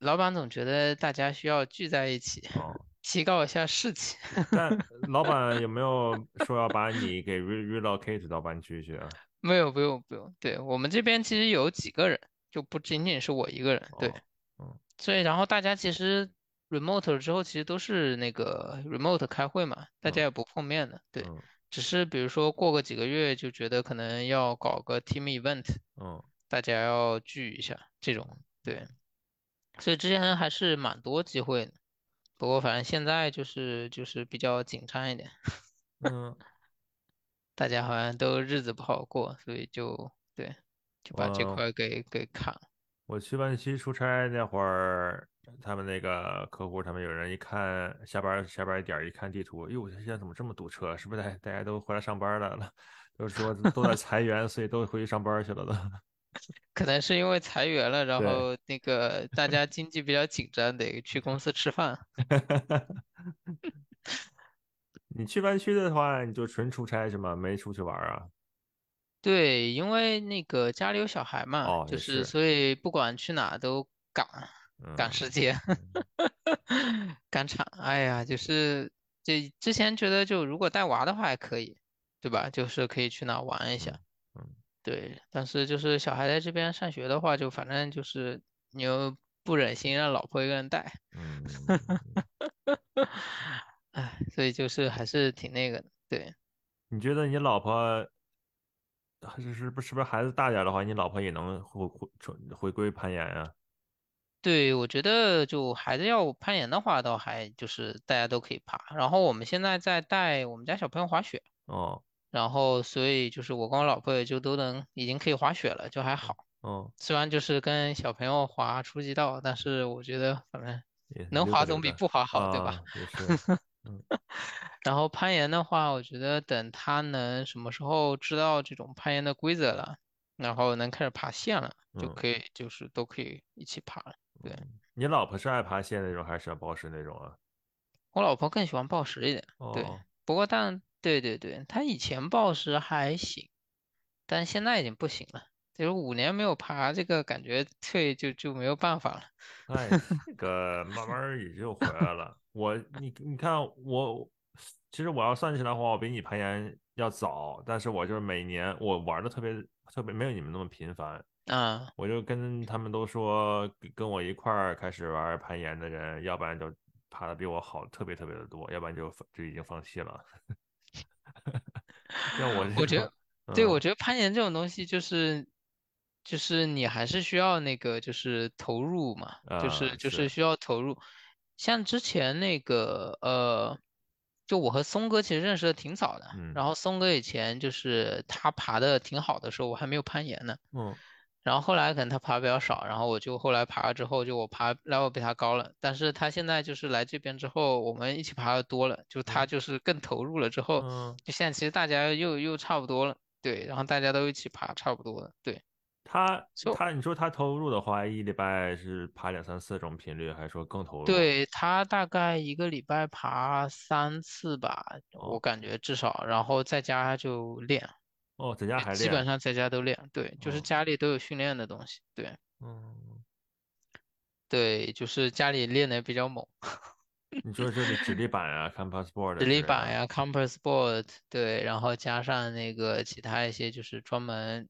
Speaker 2: 老板总觉得大家需要聚在一起，
Speaker 1: 哦。
Speaker 2: 提高一下士气。
Speaker 1: 但老板有没有说要把你给 re relocate 到湾区去啊？
Speaker 2: 没有，不用，不用。对，我们这边其实有几个人，就不仅仅是我一个人。对，
Speaker 1: 哦，嗯，
Speaker 2: 所以然后大家其实 remote 了之后，其实都是那个 remote 开会嘛，大
Speaker 1: 嗯
Speaker 2: 家也不碰面的。对，
Speaker 1: 嗯
Speaker 2: 只是比如说过个几个月，就觉得可能要搞个 team event，
Speaker 1: 嗯
Speaker 2: 大家要聚一下这种。对，所以之前还是蛮多机会的。不过反正现在就是就是比较紧张一点，
Speaker 1: 嗯，
Speaker 2: 大家好像都日子不好过，所以就对，就把这
Speaker 1: 我
Speaker 2: 块给给砍了。
Speaker 1: 我去湾区出差那会儿，他们那个客户，他们有人一看下班下班一点儿一看地图，哟，现在怎么这么堵车？是不是大大家都回来上班来了？ [LAUGHS] 都说都在裁员，所以都回去上班去了都。
Speaker 2: 可能是因为裁员了，然
Speaker 1: 对，
Speaker 2: 后那个大家经济比较紧张，得去公司吃饭。
Speaker 1: 你去湾区的话，你就纯出差是吗？没出去玩儿啊？
Speaker 2: 对，因为那个家里有小孩嘛，
Speaker 1: 哦，
Speaker 2: 就
Speaker 1: 也
Speaker 2: 是
Speaker 1: 是，
Speaker 2: 所以不管去哪都赶赶时
Speaker 1: 嗯
Speaker 2: 间，
Speaker 1: 嗯
Speaker 2: [LAUGHS] 赶场。哎呀，就是这之前觉得就如果带娃的话还可以，对吧？就是可以去哪玩一
Speaker 1: 嗯
Speaker 2: 下。
Speaker 1: 嗯。
Speaker 2: 对，但是就是小孩在这边上学的话，就反正就是你又不忍心让老婆一个人带，
Speaker 1: 嗯，
Speaker 2: 哎，所以就是还是挺那个的。对，
Speaker 1: 你觉得你老婆还是是不是不是孩子大点儿的话，你老婆也能回回重回归攀岩啊？
Speaker 2: 对，我觉得就孩子要攀岩的话，倒还就是大家都可以爬。然后我们现在在带我们家小朋友滑雪，
Speaker 1: 哦
Speaker 2: 然后所以就是我跟我老婆也就都能已经可以滑雪了，就还好。
Speaker 1: 哦，
Speaker 2: 虽然就是跟小朋友滑初级道，但是我觉得反正
Speaker 1: 也是
Speaker 2: 能
Speaker 1: 溜达
Speaker 2: 滑
Speaker 1: 溜
Speaker 2: 总比
Speaker 1: 达
Speaker 2: 不滑好，对吧？
Speaker 1: 啊，也是，嗯
Speaker 2: 然后攀岩的话，我觉得等他能什么时候知道这种攀岩的规则了，然后能开始爬线了， [LAUGHS] 就
Speaker 1: 嗯
Speaker 2: 可以就是都可以一起爬了。对
Speaker 1: 你老婆是爱爬线那种，还是喜欢暴食那种啊？
Speaker 2: 我老婆更喜欢暴食一点，对
Speaker 1: 哦，
Speaker 2: 不过但对对对，她以前暴食还行，但现在已经不行了。就是五年没有爬这个，感觉退就就没有办法了。
Speaker 1: 哎，这个慢慢儿也就回来了。我，你，你看我，其实我要算起来的话，我比你攀岩要早，但是我就是每年我玩的特别特别没有你们那么频繁。
Speaker 2: 啊，
Speaker 1: 我就跟他们都说，跟跟我一块儿开始玩攀岩的人，要不然就爬的比我好特别特别的多，要不然就放就已经放弃了。 [LAUGHS] 像我这种，
Speaker 2: 我觉得对，
Speaker 1: 嗯
Speaker 2: 我觉得攀岩这种东西就是，就是你还是需要那个，就是投入嘛，就是
Speaker 1: 啊
Speaker 2: 就是是需要投入。像之前那个呃，就我和松哥其实认识的挺早的，
Speaker 1: 嗯
Speaker 2: 然后松哥以前就是他爬的挺好的时候，我还没有攀岩呢。
Speaker 1: 嗯
Speaker 2: 然后后来可能他爬比较少，然后我就后来爬了之后，就我爬 level 比他高了，但是他现在就是来这边之后，我们一起爬的多了，就他
Speaker 1: 嗯
Speaker 2: 就是更投入了之后，
Speaker 1: 嗯，
Speaker 2: 就现在其实大家又又差不多了，对，然后大家都一起爬差不多了，对，
Speaker 1: 他
Speaker 2: 就
Speaker 1: 他，你说他投入的话，一礼拜是爬两三次这种频率，还是说更投入？，
Speaker 2: 对，他大概一个礼拜爬三次吧，
Speaker 1: 哦
Speaker 2: 我感觉至少，然后在家就练，
Speaker 1: 哦，在家还
Speaker 2: 基本
Speaker 1: 练，
Speaker 2: 上在家都练，对，就是
Speaker 1: 哦
Speaker 2: 家里都有训练的东西，对
Speaker 1: 嗯，
Speaker 2: 对，就是家里练的比较猛。
Speaker 1: 你说这里
Speaker 2: [LAUGHS]
Speaker 1: 直立板啊，Compass Board
Speaker 2: 直
Speaker 1: 之
Speaker 2: 立
Speaker 1: 类
Speaker 2: 板
Speaker 1: 的，啊
Speaker 2: 呀，Compass Board，对，然后加上那个其他一些就是专门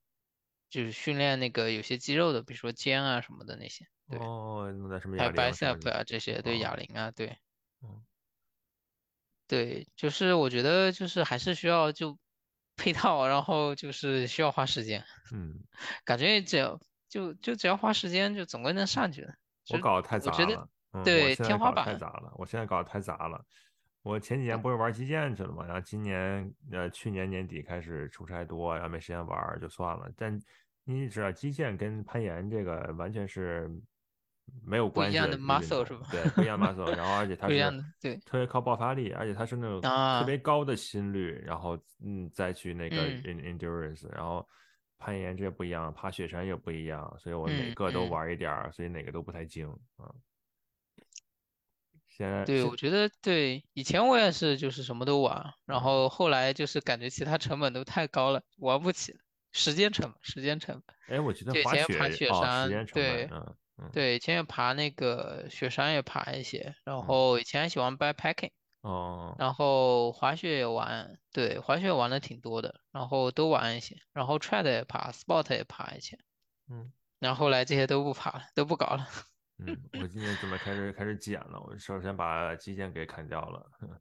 Speaker 2: 就是训练那个有些肌肉的，比如说肩啊什么的那些，对，
Speaker 1: 哦，弄点什么
Speaker 2: 还
Speaker 1: 哑
Speaker 2: 有
Speaker 1: 铃什么
Speaker 2: bicep
Speaker 1: 的，
Speaker 2: 啊这些，对，
Speaker 1: 哦
Speaker 2: 哑铃啊，对
Speaker 1: 嗯
Speaker 2: 对，就是我觉得就是还是需要就 [LAUGHS] 配套，然后就是需要花时间，
Speaker 1: 嗯，
Speaker 2: 感觉只要就就只要花时间就总归能上去的，
Speaker 1: 我
Speaker 2: 就
Speaker 1: 搞得太
Speaker 2: 我觉
Speaker 1: 杂
Speaker 2: 得
Speaker 1: 了，嗯，我
Speaker 2: 对
Speaker 1: 现在
Speaker 2: 天花
Speaker 1: 搞得太
Speaker 2: 板，
Speaker 1: 杂了，我现在搞得太杂了。我前几年
Speaker 2: 对
Speaker 1: 不是玩击剑去了嘛，然后今年呃去年年底开始出差多，然后没时间玩儿就算了。但你只要击剑跟攀岩这个完全是没有
Speaker 2: 不一
Speaker 1: 关系
Speaker 2: 样
Speaker 1: 的
Speaker 2: 的
Speaker 1: 一个运动，
Speaker 2: muscle 是吧？
Speaker 1: 对，不一样
Speaker 2: [LAUGHS]
Speaker 1: muscle，然后而且它
Speaker 2: 不一样
Speaker 1: 是
Speaker 2: 的，对
Speaker 1: 特别靠爆发力，而且它是那种特
Speaker 2: 啊，
Speaker 1: 别高的心率，然后嗯再去那个
Speaker 2: 嗯
Speaker 1: en- endurance，然后攀岩这不一样，爬雪山也不一样，所以我每
Speaker 2: 嗯
Speaker 1: 个都
Speaker 2: 嗯。
Speaker 1: 玩一点儿，所以哪个都不太精啊。现在
Speaker 2: 对，
Speaker 1: 现
Speaker 2: 我觉得对，以前我也是，就是什么都玩，然
Speaker 1: 嗯。
Speaker 2: 后后来就是感觉其他成本都太高了，玩不起了，时间成本，时间成本。
Speaker 1: 哎，我觉得
Speaker 2: 就以
Speaker 1: 滑
Speaker 2: 前也爬
Speaker 1: 雪
Speaker 2: 雪
Speaker 1: 哦，时
Speaker 2: 山，
Speaker 1: 间成本，
Speaker 2: 对
Speaker 1: 嗯嗯，
Speaker 2: 对，以前也爬那个雪山也爬一些，然
Speaker 1: 嗯，
Speaker 2: 后以前还喜欢 backpacking，
Speaker 1: 哦，
Speaker 2: 然后滑雪也玩，对，滑雪玩的挺多的，然后都玩一些，然后 trad 也爬，sport 也爬一些，
Speaker 1: 嗯
Speaker 2: 然后后来这些都不爬了，都不搞了。
Speaker 1: 嗯，我今年准备开始开始减了，我首先把肌腱给砍掉了，嗯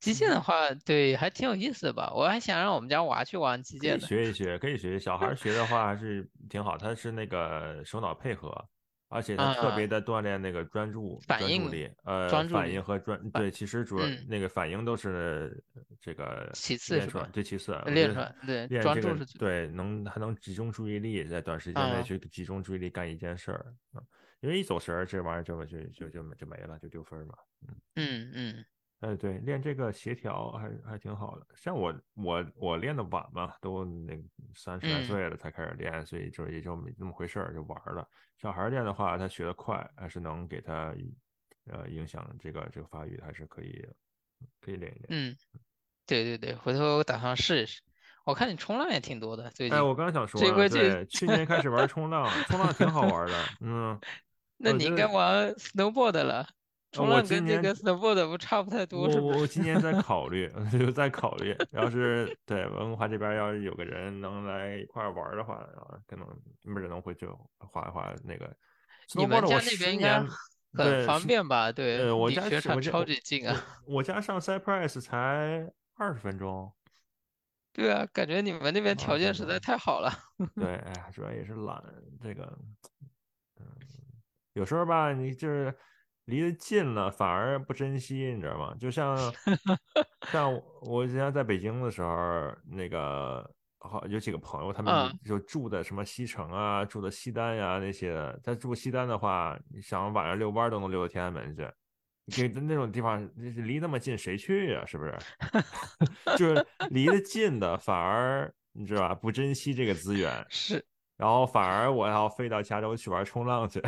Speaker 2: 击剑的话，对，还挺有意思的吧，我还想让我们家娃去玩击
Speaker 1: 可以
Speaker 2: 剑呢。
Speaker 1: 学一学，可以学。小孩儿学的话还是挺好，他是那个手脑配合，而且他特别
Speaker 2: 啊，
Speaker 1: 的锻炼那个专注
Speaker 2: 反
Speaker 1: 专注
Speaker 2: 应、
Speaker 1: 力，呃，
Speaker 2: 专注
Speaker 1: 反
Speaker 2: 力，
Speaker 1: 应和专，
Speaker 2: 反，
Speaker 1: 对，其实主要
Speaker 2: 嗯，
Speaker 1: 那个反应都是呃这个
Speaker 2: 其次
Speaker 1: 练
Speaker 2: 是
Speaker 1: 出来，
Speaker 2: 吧？
Speaker 1: 这其次，我觉
Speaker 2: 练出
Speaker 1: 得
Speaker 2: 来，对，
Speaker 1: 练
Speaker 2: 专
Speaker 1: 这
Speaker 2: 注
Speaker 1: 个
Speaker 2: 是最，
Speaker 1: 对能还能集中注意力，在短时间内
Speaker 2: 啊，
Speaker 1: 去集中注意力干一件事儿啊，因为一走神儿，这玩意儿就就就就就没了，就丢分儿嘛。嗯。
Speaker 2: 嗯嗯，
Speaker 1: 哎，对，练这个协调还还挺好的。像我，我我练的晚嘛，都那三十来
Speaker 2: 嗯，
Speaker 1: 岁了才开始练，所以就也就没那么回事儿，就玩儿了。小孩儿练的话，他学得快，还是能给他呃影响这个这个发育，还是可以可以练一练。
Speaker 2: 嗯，对对对，回头我打算试一试。我看你冲浪也挺多的，最
Speaker 1: 哎，
Speaker 2: 近，
Speaker 1: 我刚想说
Speaker 2: 这
Speaker 1: 呢，
Speaker 2: 波这，
Speaker 1: 对，去年开始玩冲浪，冲浪挺好玩儿的。
Speaker 2: [LAUGHS]
Speaker 1: 嗯，
Speaker 2: 那
Speaker 1: 我
Speaker 2: 你
Speaker 1: 觉
Speaker 2: 应该
Speaker 1: 得
Speaker 2: 玩 snowboard 了。
Speaker 1: 呃，
Speaker 2: 冲
Speaker 1: 我
Speaker 2: 浪
Speaker 1: 今
Speaker 2: 跟这
Speaker 1: 年
Speaker 2: 个 snowboard 不差不太多，
Speaker 1: 我
Speaker 2: 是不 [LAUGHS]
Speaker 1: 我
Speaker 2: 是？
Speaker 1: 我今年在考虑，就在考虑，要是对文化这边要是有个人能来一块儿玩儿的话，啊，可能没准能回去滑一滑那个
Speaker 2: 你们
Speaker 1: snowboard。我
Speaker 2: 家那
Speaker 1: 十
Speaker 2: 边应该
Speaker 1: 年，
Speaker 2: 很
Speaker 1: 对，
Speaker 2: 方
Speaker 1: 是，
Speaker 2: 便吧？对，
Speaker 1: 呃，我
Speaker 2: 离
Speaker 1: 家
Speaker 2: 雪
Speaker 1: 是
Speaker 2: 场
Speaker 1: 我家
Speaker 2: 超
Speaker 1: 我
Speaker 2: 级近啊。
Speaker 1: 我我家上 Cypress 才二十分钟，
Speaker 2: 对啊，感觉你们那边
Speaker 1: 二
Speaker 2: 条
Speaker 1: 十分
Speaker 2: 件实在
Speaker 1: 钟。
Speaker 2: 太好了。 [LAUGHS]
Speaker 1: 对，哎呀，主要也是懒，这个，嗯，有时候吧，你就是离得近了，反而不珍惜，你知道吗？就像像我之前在北京的时候，那个好有几个朋友，他们就就
Speaker 2: 嗯，
Speaker 1: 住在什么西城啊，住的西单呀、那些的。他住西单的话，你想晚上遛弯儿都能遛到天安门去，你给那种地方 [LAUGHS] 离那么近，谁去呀、是不是？就是离得近的反而。你知道吧？不珍惜这个资源，
Speaker 2: 是
Speaker 1: 然后反而我要飞到加州去玩冲浪去。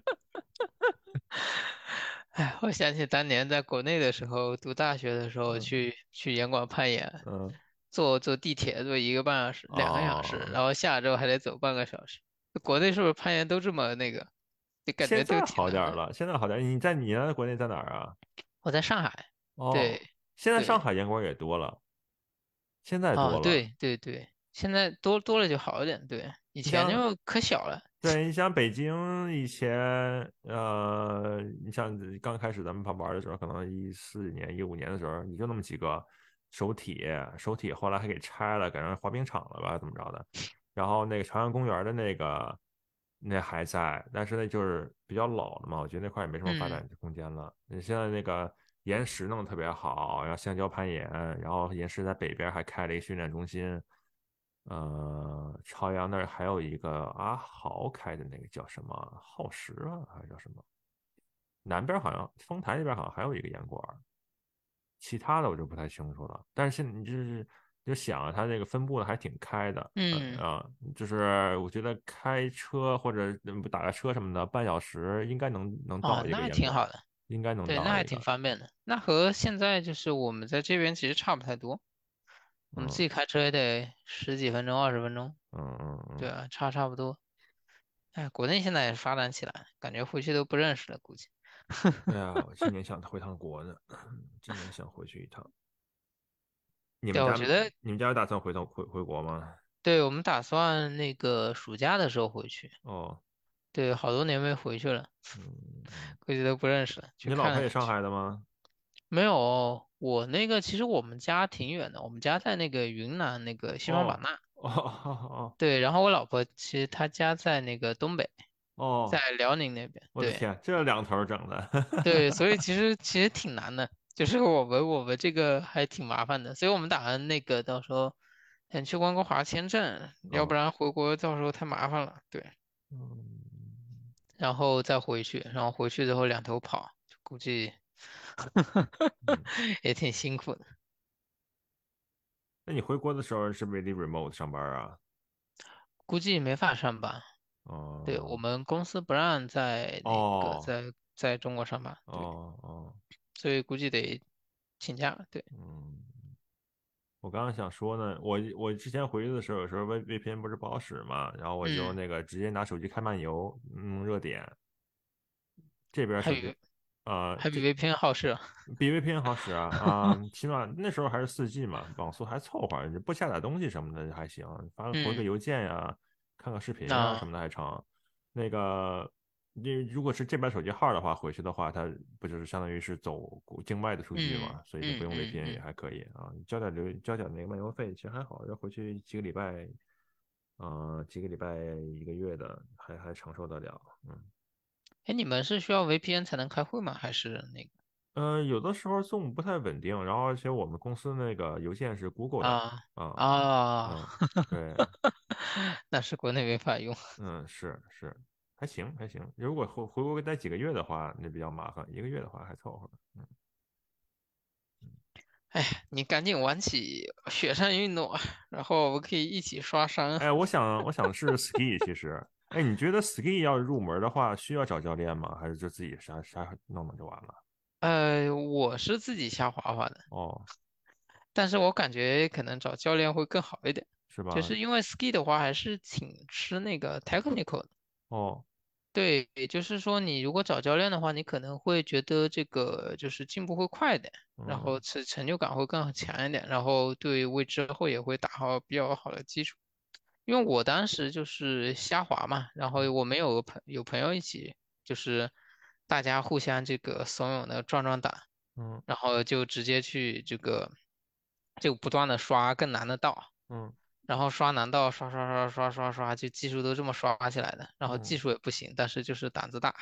Speaker 1: [LAUGHS]
Speaker 2: 哎，我想起当年在国内的时候，读大学的时候
Speaker 1: 嗯
Speaker 2: 去去严管攀岩，
Speaker 1: 嗯，
Speaker 2: 坐坐地铁坐一个半小时、两个小时，
Speaker 1: 哦
Speaker 2: 然后下周还得走半个小时。国内是不是攀岩都这么那个？就感觉
Speaker 1: 现
Speaker 2: 都
Speaker 1: 在
Speaker 2: 挺
Speaker 1: 好点
Speaker 2: 难
Speaker 1: 儿
Speaker 2: 的。
Speaker 1: 了，现在好点儿。你在你原来国内在哪儿啊？
Speaker 2: 我在上海，
Speaker 1: 哦，
Speaker 2: 对，
Speaker 1: 现在上
Speaker 2: 对
Speaker 1: 海烟馆也多了，现在多
Speaker 2: 啊，
Speaker 1: 了。
Speaker 2: 对对对，现在多多了就好一点，对，以前
Speaker 1: 像
Speaker 2: 就可小了。
Speaker 1: 对，你像北京以前，呃，你像刚开始咱们玩的时候，可能一四年、一五年的时候，你就那么几个首体，首体后来还给拆了，改成滑冰场了吧，怎么着的？然后那个朝阳公园的那个那还在，但是那就是比较老了嘛，我觉得那块儿也没什么发
Speaker 2: 嗯
Speaker 1: 展空间了。你现在那个岩石弄得特别好，然后橡胶攀岩，然后岩石在北边还开了一个训练中心。呃，朝阳那儿还有一个阿豪开的那个叫什么耗时啊，还是叫什么？南边好像丰台那边好像还有一个烟馆儿，其他的我就不太清楚了。但是现在你就是就想啊它这个分布的还挺开的，
Speaker 2: 嗯
Speaker 1: 啊、就是我觉得开车或者嗯打个车什么的，半小时应该能能
Speaker 2: 啊，
Speaker 1: 到一个
Speaker 2: 那还
Speaker 1: 烟
Speaker 2: 挺
Speaker 1: 馆
Speaker 2: 好
Speaker 1: 儿，
Speaker 2: 的，
Speaker 1: 应该能
Speaker 2: 对，
Speaker 1: 到
Speaker 2: 那还
Speaker 1: 一个
Speaker 2: 挺方便的。那和现在就是我们在这边其实差不太多，我
Speaker 1: 嗯
Speaker 2: 们自己开车也得十几分钟、二十分钟，
Speaker 1: 嗯嗯嗯
Speaker 2: 对啊，差差不多。哎，国内现在也发展起来了，感觉回去都不认识了，估计。
Speaker 1: [LAUGHS] 哎呀，我今年想回趟国呢， [LAUGHS] 今年想回去一趟。你
Speaker 2: 对
Speaker 1: 们
Speaker 2: 我
Speaker 1: 家
Speaker 2: 觉得
Speaker 1: 你们家有打算回头回回国吗？
Speaker 2: 对，我们打算那个暑假的时候回去，
Speaker 1: 哦，
Speaker 2: 对，好多年没回去了，
Speaker 1: 嗯，
Speaker 2: 估计都不认识了，去
Speaker 1: 你老
Speaker 2: 看
Speaker 1: 婆
Speaker 2: 了
Speaker 1: 也
Speaker 2: 看
Speaker 1: 上
Speaker 2: 去。
Speaker 1: 海的吗？
Speaker 2: 没有，我那个其实我们家挺远的，我们家在那个云南那个西双版纳。
Speaker 1: 哦哦 [LAUGHS]
Speaker 2: 对，然后我老婆其实她家在那个东北，
Speaker 1: 哦哦！
Speaker 2: 在辽宁那边。
Speaker 1: 我的
Speaker 2: 对
Speaker 1: 天，这两头儿整的， [LAUGHS]
Speaker 2: [LAUGHS] 对，所以其实其实挺难的，就是我们我们这个还挺麻烦的，所以我们打算那个到时候想去温哥华签证，要不
Speaker 1: 嗯
Speaker 2: 然回国到时候太麻烦了。对，
Speaker 1: 嗯，
Speaker 2: 然后再回去，然后回去之后两头跑，估计
Speaker 1: 嗯
Speaker 2: [LAUGHS] 也挺辛苦的。
Speaker 1: 那你回国的时候是不是得 remote 上班啊？
Speaker 2: 估计没法上班。对，我
Speaker 1: 哦
Speaker 2: 们公司不让在那个
Speaker 1: 哦
Speaker 2: 在在中国上班，对，
Speaker 1: 哦哦，
Speaker 2: 所以估计得请假了。对，
Speaker 1: 嗯，我刚刚想说呢，我我之前回去的时候，有时候 V VPN 不是不好使嘛，然后我就
Speaker 2: 嗯，
Speaker 1: 那个直接拿手机开漫游，嗯，热点这边
Speaker 2: 还
Speaker 1: 手机，
Speaker 2: 比
Speaker 1: 呃，
Speaker 2: 还比
Speaker 1: 这
Speaker 2: VPN 好使啊。
Speaker 1: 比 VPN 好使啊，啊、起码那时候还是 4G 嘛，网速还凑合，不下载东西什么的还行，发个回个
Speaker 2: 嗯，啊
Speaker 1: 邮件呀、看个视频呀、什
Speaker 2: 那
Speaker 1: 么的还成。那个，你如果是这边手机号的话，回去的话，它不就是相当于是走国境外的数据
Speaker 2: 嗯
Speaker 1: 嘛，所以就不
Speaker 2: 嗯
Speaker 1: 用
Speaker 2: 嗯
Speaker 1: VPN 也
Speaker 2: 嗯，
Speaker 1: 还可以啊，交点流交点那个漫游费其实还好，要回去几个礼拜，呃，几个礼拜一个月的还还承受得了，嗯。
Speaker 2: 哎，你们是需要 VPN 才能开会吗？还是那个
Speaker 1: 嗯，呃有的时候 Zoom 不太稳定，然后而且我们公司那个邮件是 Google 的
Speaker 2: 啊
Speaker 1: 啊，
Speaker 2: 啊？
Speaker 1: 嗯，对，
Speaker 2: [LAUGHS] 那是国内没法用。
Speaker 1: 嗯，是是，还行还行。如果回回国待几个月的话，那比较麻烦，一个月的话还凑
Speaker 2: [LAUGHS]
Speaker 1: 合。嗯，
Speaker 2: 哎，你赶紧玩起雪山运动啊，然后我们可以一起刷山。
Speaker 1: 哎，我想我想试试 ski，其实，哎，你觉得 ski 要入门的话，需要找教练吗？还是就自己啥啥弄弄就完了？
Speaker 2: 呃，我是自己瞎滑滑的。
Speaker 1: 哦，
Speaker 2: 但是我感觉可能找教练会更好一点，
Speaker 1: 是
Speaker 2: 就
Speaker 1: 吧？
Speaker 2: 是因为 ski 的话还是挺吃那个 technical 的。
Speaker 1: 哦，
Speaker 2: 对，也就是说你如果找教练的话，你可能会觉得这个就是进步会快一点，然后
Speaker 1: 嗯
Speaker 2: 成成就感会更强一点，然后对为之后也会打好比较好的基础。因为我当时就是瞎滑嘛，然后我们有朋有朋友一起，就是大家互相这个怂恿的壮壮胆，
Speaker 1: 嗯
Speaker 2: 然后就直接去这个，就不断的刷更难的道，
Speaker 1: 嗯
Speaker 2: 然后刷难道刷刷刷刷刷刷，就技术都这么刷起来的。然后技
Speaker 1: 嗯，
Speaker 2: 术也不行，但是就是
Speaker 1: [LAUGHS]
Speaker 2: 胆子大。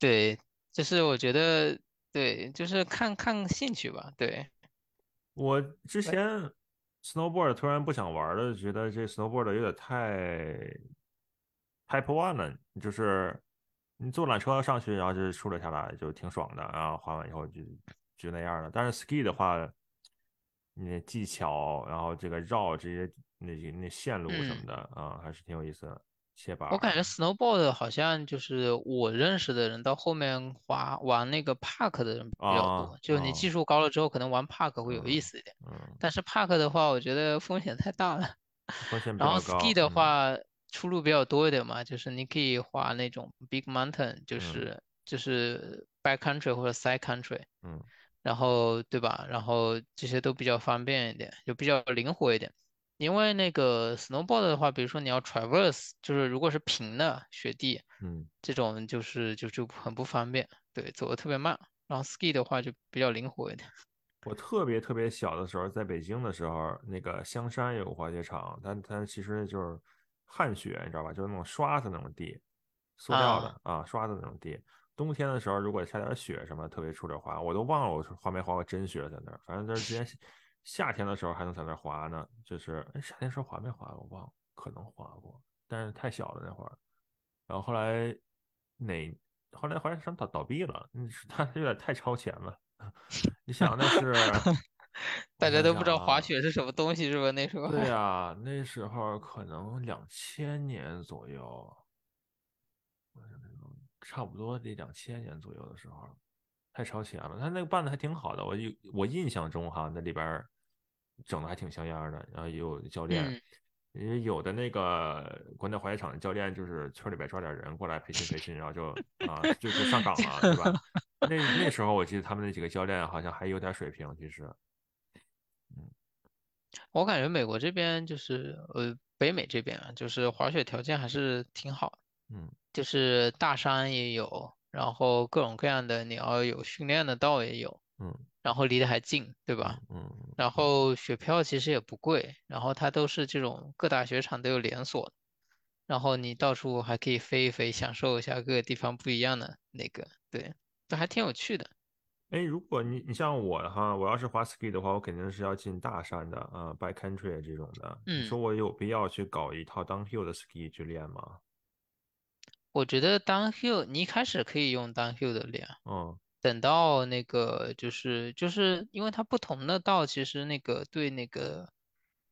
Speaker 2: 对，就是我觉得，对，就是看看兴趣吧。对，
Speaker 1: 我之
Speaker 2: 喂
Speaker 1: 前 snowboard 突然不想玩了，觉得这 snowboard 有点太 Type One 了，就是你坐缆车上去，然后就竖了下来，就挺爽的。然后滑完以后就就那样了。但是 ski 的话，你的技巧，然后这个绕这些那些那线路什么的啊、还是挺有意思的。切板儿，
Speaker 2: 嗯我感觉 snowboard 好像就是我认识的人到后面滑玩那个 park 的人比较多，
Speaker 1: 啊
Speaker 2: 就
Speaker 1: 啊
Speaker 2: 你技术高了之后，可能玩 park 会有意
Speaker 1: 嗯
Speaker 2: 思一点。
Speaker 1: 嗯，
Speaker 2: 但是 park 的话，我觉得风险太大了。
Speaker 1: 风险比较
Speaker 2: 然后
Speaker 1: 高。
Speaker 2: ski 的
Speaker 1: 嗯，
Speaker 2: 话，出路比较多一点嘛，就是你可以滑那种 big mountain，就
Speaker 1: 嗯
Speaker 2: 是就是 back country 或者 side country，
Speaker 1: 嗯
Speaker 2: 然后对吧？然后这些都比较方便一点，就比较灵活一点。因为那个 snowboard 的话，比如说你要 traverse，就是如果是平的雪地，
Speaker 1: 嗯
Speaker 2: 这种就是就就很不方便，对，走的特别慢。然后 ski 的话就比较灵活一点。
Speaker 1: 我特别特别小的时候，在北京的时候，那个香山有个滑雪场，但它其实就是旱雪，你知道吧？就是那种刷子那种地，塑料的啊，刷子那种地。冬天的时候，如果下点雪什么，特别出溜滑，我都忘了我是滑没滑过真雪在那儿。反正就是之前夏夏天的时候还能在那儿滑呢，就是哎夏天时候滑没滑过，我忘了，可能滑过，但是太小了那会儿。然后后来哪后来滑雪场倒倒闭了，嗯，是 [LAUGHS] 它有点太超前了。你想那是
Speaker 2: 大家都不知道滑
Speaker 1: 滑
Speaker 2: 雪是什么东西，是吧？那时候
Speaker 1: 对
Speaker 2: 还
Speaker 1: 呀、那时候可能两千年左右，我想想差不多得两千年左右的时候，太超前了。他那个办的还挺好的，我有我印象中哈，那里边儿整的还挺像样儿的，然后也有教练
Speaker 2: 嗯。
Speaker 1: 因为有的那个国内滑雪场的教练，就是村里边抓点人过来培训培训，然后就啊就就上岗了，对吧？那那时候我记得他们那几个教练好像还有点水平，其实，
Speaker 2: 我感觉美国这边就是呃，北美这边啊，就是滑雪条件还是挺好，
Speaker 1: 嗯
Speaker 2: 就是大山也有，然后各种各样的你要有训练的道也有，
Speaker 1: 嗯
Speaker 2: 然后离得还近，对吧？
Speaker 1: 嗯嗯
Speaker 2: 然后雪票其实也不贵，然后它都是这种各大雪场都有连锁的，然后你到处还可以飞一飞，享受一下各个地方不一样的那个，对，这还挺有趣的。
Speaker 1: 哎，如果你你像我哈，我要是滑 ski 的话，我肯定是要进大山的啊，backcountry 这种的。你说
Speaker 2: 嗯，
Speaker 1: 我有必要去搞一套 downhill 的 ski 去练吗？
Speaker 2: 我觉得 downhill 你一开始可以用 downhill 的练。
Speaker 1: 嗯
Speaker 2: 等到那个就是就是因为它不同的道，其实那个对那个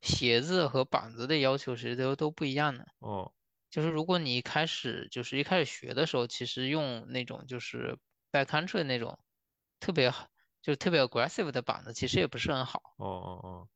Speaker 2: 鞋子和板子的要求其实都都不一样的。
Speaker 1: 哦
Speaker 2: 就是如果你一开始就是一开始学的时候，其实用那种就是 backcountry 那种特别好，就是特别 aggressive 的板子，其实也不是很好。
Speaker 1: 哦哦哦，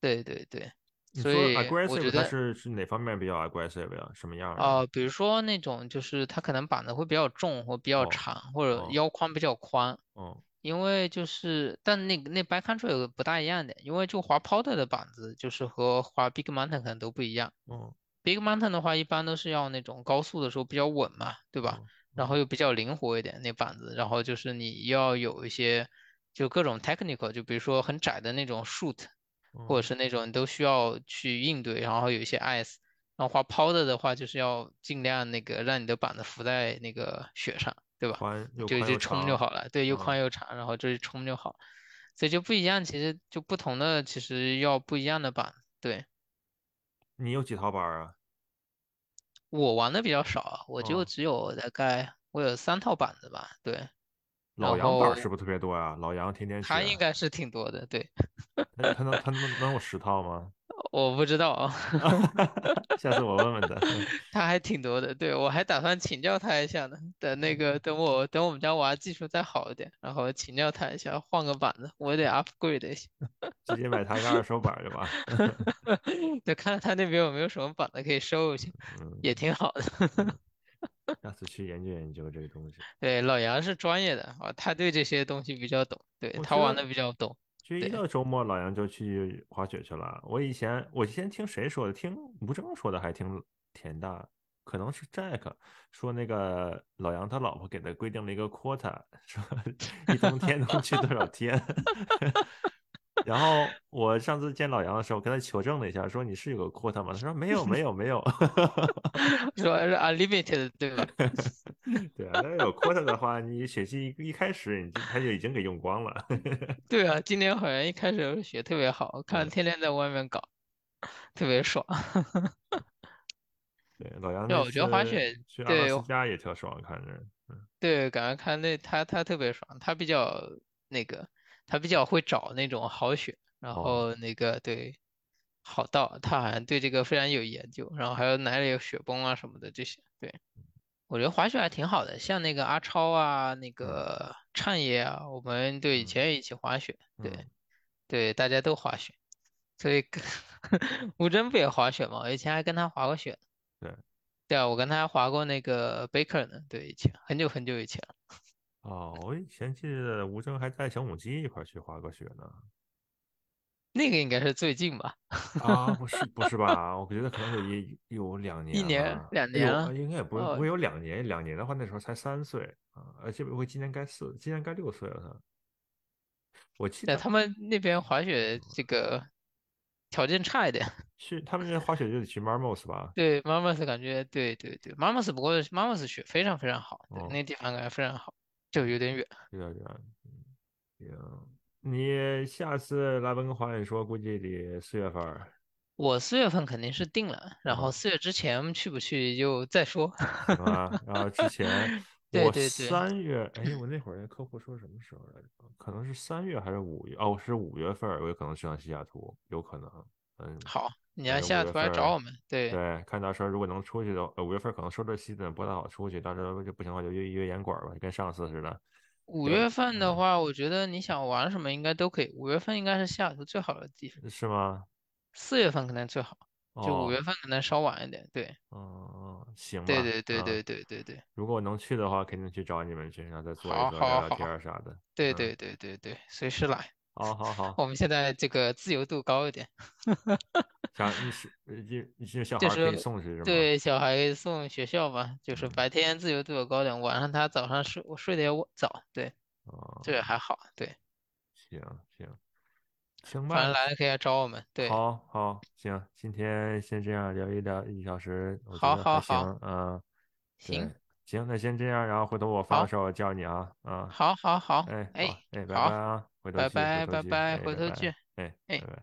Speaker 2: 对对对，
Speaker 1: 你
Speaker 2: 所
Speaker 1: 说
Speaker 2: 以我
Speaker 1: aggressive
Speaker 2: 觉
Speaker 1: 它
Speaker 2: 得
Speaker 1: 是是哪方面比较 aggressive 呀？什么样儿
Speaker 2: 啊、
Speaker 1: 的？
Speaker 2: 呃比如说那种就是它可能板子会比较重或比较
Speaker 1: 哦
Speaker 2: 长，或者
Speaker 1: 哦
Speaker 2: 腰宽比较宽。
Speaker 1: 哦
Speaker 2: 因为就是，但那个那 backcountry 有个不大一样的，因为就滑 powder 的板子，就是和滑 big mountain 可能都不一样。
Speaker 1: 哦
Speaker 2: big mountain 的话，一般都是要那种高速的时候比较稳嘛，对吧？
Speaker 1: 哦
Speaker 2: 然后
Speaker 1: 哦
Speaker 2: 又比较灵活一点那板子，然后就是你要有一些就各种 technical，就比如说很窄的那种 shoot，或者
Speaker 1: 哦
Speaker 2: 是那种你都需要去应对，然后有一些 ice。然后滑 powder 的话，就是要尽量那个让你的板子浮在那个雪上，对吧？
Speaker 1: 宽
Speaker 2: 你
Speaker 1: 又
Speaker 2: 就
Speaker 1: 宽
Speaker 2: 就
Speaker 1: 又
Speaker 2: 冲就
Speaker 1: 长，
Speaker 2: 好了，对，又宽
Speaker 1: 嗯
Speaker 2: 又长，然后就是冲就好，所以就不一样，其实就不同的，其实要不一样的板。对，
Speaker 1: 你有几套板儿啊？
Speaker 2: 我玩的比较少啊，我就
Speaker 1: 哦，
Speaker 2: 只有大概我有三套板子吧，对，
Speaker 1: 老
Speaker 2: 然
Speaker 1: 杨板儿是
Speaker 2: 后
Speaker 1: 不是特别多呀？老杨天天
Speaker 2: 它
Speaker 1: 去，
Speaker 2: 应该是挺多的，对，
Speaker 1: 他他能他能能有十套吗？
Speaker 2: 我不知道啊， [LAUGHS]
Speaker 1: 下次我问问他。 [LAUGHS]
Speaker 2: 它还挺多的，对，我还打算请教他一下呢，等
Speaker 1: 嗯
Speaker 2: 那个等我等我们家娃技术再好一点，然后请教他一下，换个板子，我得
Speaker 1: [LAUGHS]
Speaker 2: upgrade 一下。 [LAUGHS]
Speaker 1: 直接买他一个二手板儿对吧？
Speaker 2: 对，看看他那边有没有什么板子可以收一下， [LAUGHS] 也
Speaker 1: 嗯
Speaker 2: 挺好的。
Speaker 1: 嗯，下次去研究研究这个东西。
Speaker 2: 对，老杨是专业的啊，他对这些东西比较懂，对，
Speaker 1: 我
Speaker 2: 他
Speaker 1: 觉
Speaker 2: 玩的
Speaker 1: 得，
Speaker 2: 比较懂，
Speaker 1: 其实一
Speaker 2: 对，
Speaker 1: 到周末，老杨就去滑雪去了。我以前我以前听谁说的？听吴征说的，还听田大，可能是 Jack 说那个老杨他老婆给他规定了一个 quota，说 [LAUGHS] 一冬天能去多少天。 [LAUGHS] 然后我上次见老杨的时候，跟他求证了一下，说你是有个 quota 吗？他说没有，没有，没有。 [LAUGHS]
Speaker 2: 说是 unlimited 对吧？
Speaker 1: 对啊，要有 quota 的话，你雪季一一开始你就他就已经给用光了。
Speaker 2: 对啊，今年好像一开始雪特别好，看
Speaker 1: 嗯，
Speaker 2: 天天在外面搞，特别爽。
Speaker 1: 对，老杨
Speaker 2: 对，
Speaker 1: 那
Speaker 2: 我觉得滑
Speaker 1: 次
Speaker 2: 雪，
Speaker 1: 去阿拉
Speaker 2: 对
Speaker 1: 斯加也特爽，看着，嗯
Speaker 2: 对，感觉看那他他特别爽，他比较那个。他比较会找那种好雪，然
Speaker 1: 哦
Speaker 2: 后那个对好道，他好像对这个非常有研究，然后还有哪里有雪崩啊什么的这些，对。我觉得滑雪还挺好的，像那个阿超啊，那个畅爷啊，我们对以
Speaker 1: 嗯
Speaker 2: 前也一起滑雪，对
Speaker 1: 嗯
Speaker 2: 对，大家都滑雪，所以跟 [LAUGHS] 吴征不也滑雪吗？我以前还跟他滑过雪，
Speaker 1: 对，
Speaker 2: 对啊，我跟他还滑过那个 Baker 呢，对，以前很久很久以前了，
Speaker 1: 哦，我以前记得吴征还带小母鸡一块儿去滑过雪呢。
Speaker 2: 那个应该是最近吧，
Speaker 1: 啊，不是不是吧？我觉得可能有一有两
Speaker 2: 一
Speaker 1: 年
Speaker 2: 年
Speaker 1: 了，
Speaker 2: 两
Speaker 1: 哎呦，
Speaker 2: 年
Speaker 1: 呃
Speaker 2: 了，
Speaker 1: 应该也不会不
Speaker 2: 哦，
Speaker 1: 会有两年，两年的话那时候才三岁啊，而且我今年该四，今年该六岁了呢。我记
Speaker 2: 对，
Speaker 1: 得
Speaker 2: 他们那边滑雪这个条件差一点，
Speaker 1: 去他们那滑雪就得去 Marmos 吧？
Speaker 2: 对，Marmos 感觉对对对，Marmos 不过 Marmos 雪非常非常好，对，
Speaker 1: 哦，
Speaker 2: 那地方感觉非常好，就有点远。
Speaker 1: 有点远。行，嗯哎你下次来温哥华，你说估计得四月份儿
Speaker 2: 我四月份肯定是定了，然后
Speaker 1: 啊，
Speaker 2: 四月之前去不去就再说。
Speaker 1: 行啊。然后之前
Speaker 2: [LAUGHS] 对
Speaker 1: 我
Speaker 2: 对对，
Speaker 1: 三月，哎，我那会儿那客户说什么时候来着？可能是三月还是五月？哦，是五月份儿，我有可能去趟西雅图，有可能。嗯，
Speaker 2: 好，你
Speaker 1: 反
Speaker 2: 来
Speaker 1: 正
Speaker 2: 西
Speaker 1: 五
Speaker 2: 雅
Speaker 1: 月
Speaker 2: 图
Speaker 1: 份
Speaker 2: 来找
Speaker 1: 儿，
Speaker 2: 我们，对，
Speaker 1: 对，看到时候如果能出去的话，呃，五月份儿可能收这期呢不太好出去，到时候就不行的话就约约严管儿吧，就跟上次似的。
Speaker 2: 五
Speaker 1: 就
Speaker 2: 月份的
Speaker 1: 嗯，
Speaker 2: 话，我觉得你想玩什么应该都可以。五月份应该是西雅图最好的地方，
Speaker 1: 是吗？
Speaker 2: 四月份可能最好，就五
Speaker 1: 哦，
Speaker 2: 月份可能稍晚一点。对，
Speaker 1: 嗯，行
Speaker 2: 对
Speaker 1: 吧，
Speaker 2: 对对
Speaker 1: 啊。
Speaker 2: 对对对对，
Speaker 1: 如果我能去的话，肯定去找你们去，然后再坐一
Speaker 2: 好，
Speaker 1: 坐，聊
Speaker 2: 好，
Speaker 1: 聊天
Speaker 2: 好，
Speaker 1: 儿啥的。
Speaker 2: 对
Speaker 1: 嗯，哦
Speaker 2: 对对对对，随时来。
Speaker 1: 好，好，好，
Speaker 2: [LAUGHS] 我们现在这个自由度高一点，
Speaker 1: 想你是呃就你是小孩
Speaker 2: 就
Speaker 1: 儿可以
Speaker 2: 是
Speaker 1: 送去是吗？
Speaker 2: 对小孩送学校嘛，就是
Speaker 1: 嗯，
Speaker 2: 白天自由度高点，晚上他早上睡我睡得也晚早，对，这
Speaker 1: 哦，
Speaker 2: 个还好，对，
Speaker 1: 行行行
Speaker 2: 反
Speaker 1: 吧，
Speaker 2: 正来了可以来找我们，对，
Speaker 1: 好好行，今天先这样聊一聊一小时，我觉
Speaker 2: 好，
Speaker 1: 得还
Speaker 2: 好，
Speaker 1: 行，
Speaker 2: 好，
Speaker 1: 嗯，对，
Speaker 2: 行，
Speaker 1: 行，那先这样，然后回头我发的
Speaker 2: 好，
Speaker 1: 时候叫你啊，啊，
Speaker 2: 好，好，好，
Speaker 1: 哎，
Speaker 2: 哎，
Speaker 1: 好，哎，拜拜
Speaker 2: 好，
Speaker 1: 啊，回头
Speaker 2: 拜
Speaker 1: 聚，回头
Speaker 2: 拜，拜
Speaker 1: 聚，
Speaker 2: 拜，
Speaker 1: 哎，
Speaker 2: 回
Speaker 1: 拜
Speaker 2: 头
Speaker 1: 拜，
Speaker 2: 见。
Speaker 1: 哎，
Speaker 2: 哎。
Speaker 1: 拜拜。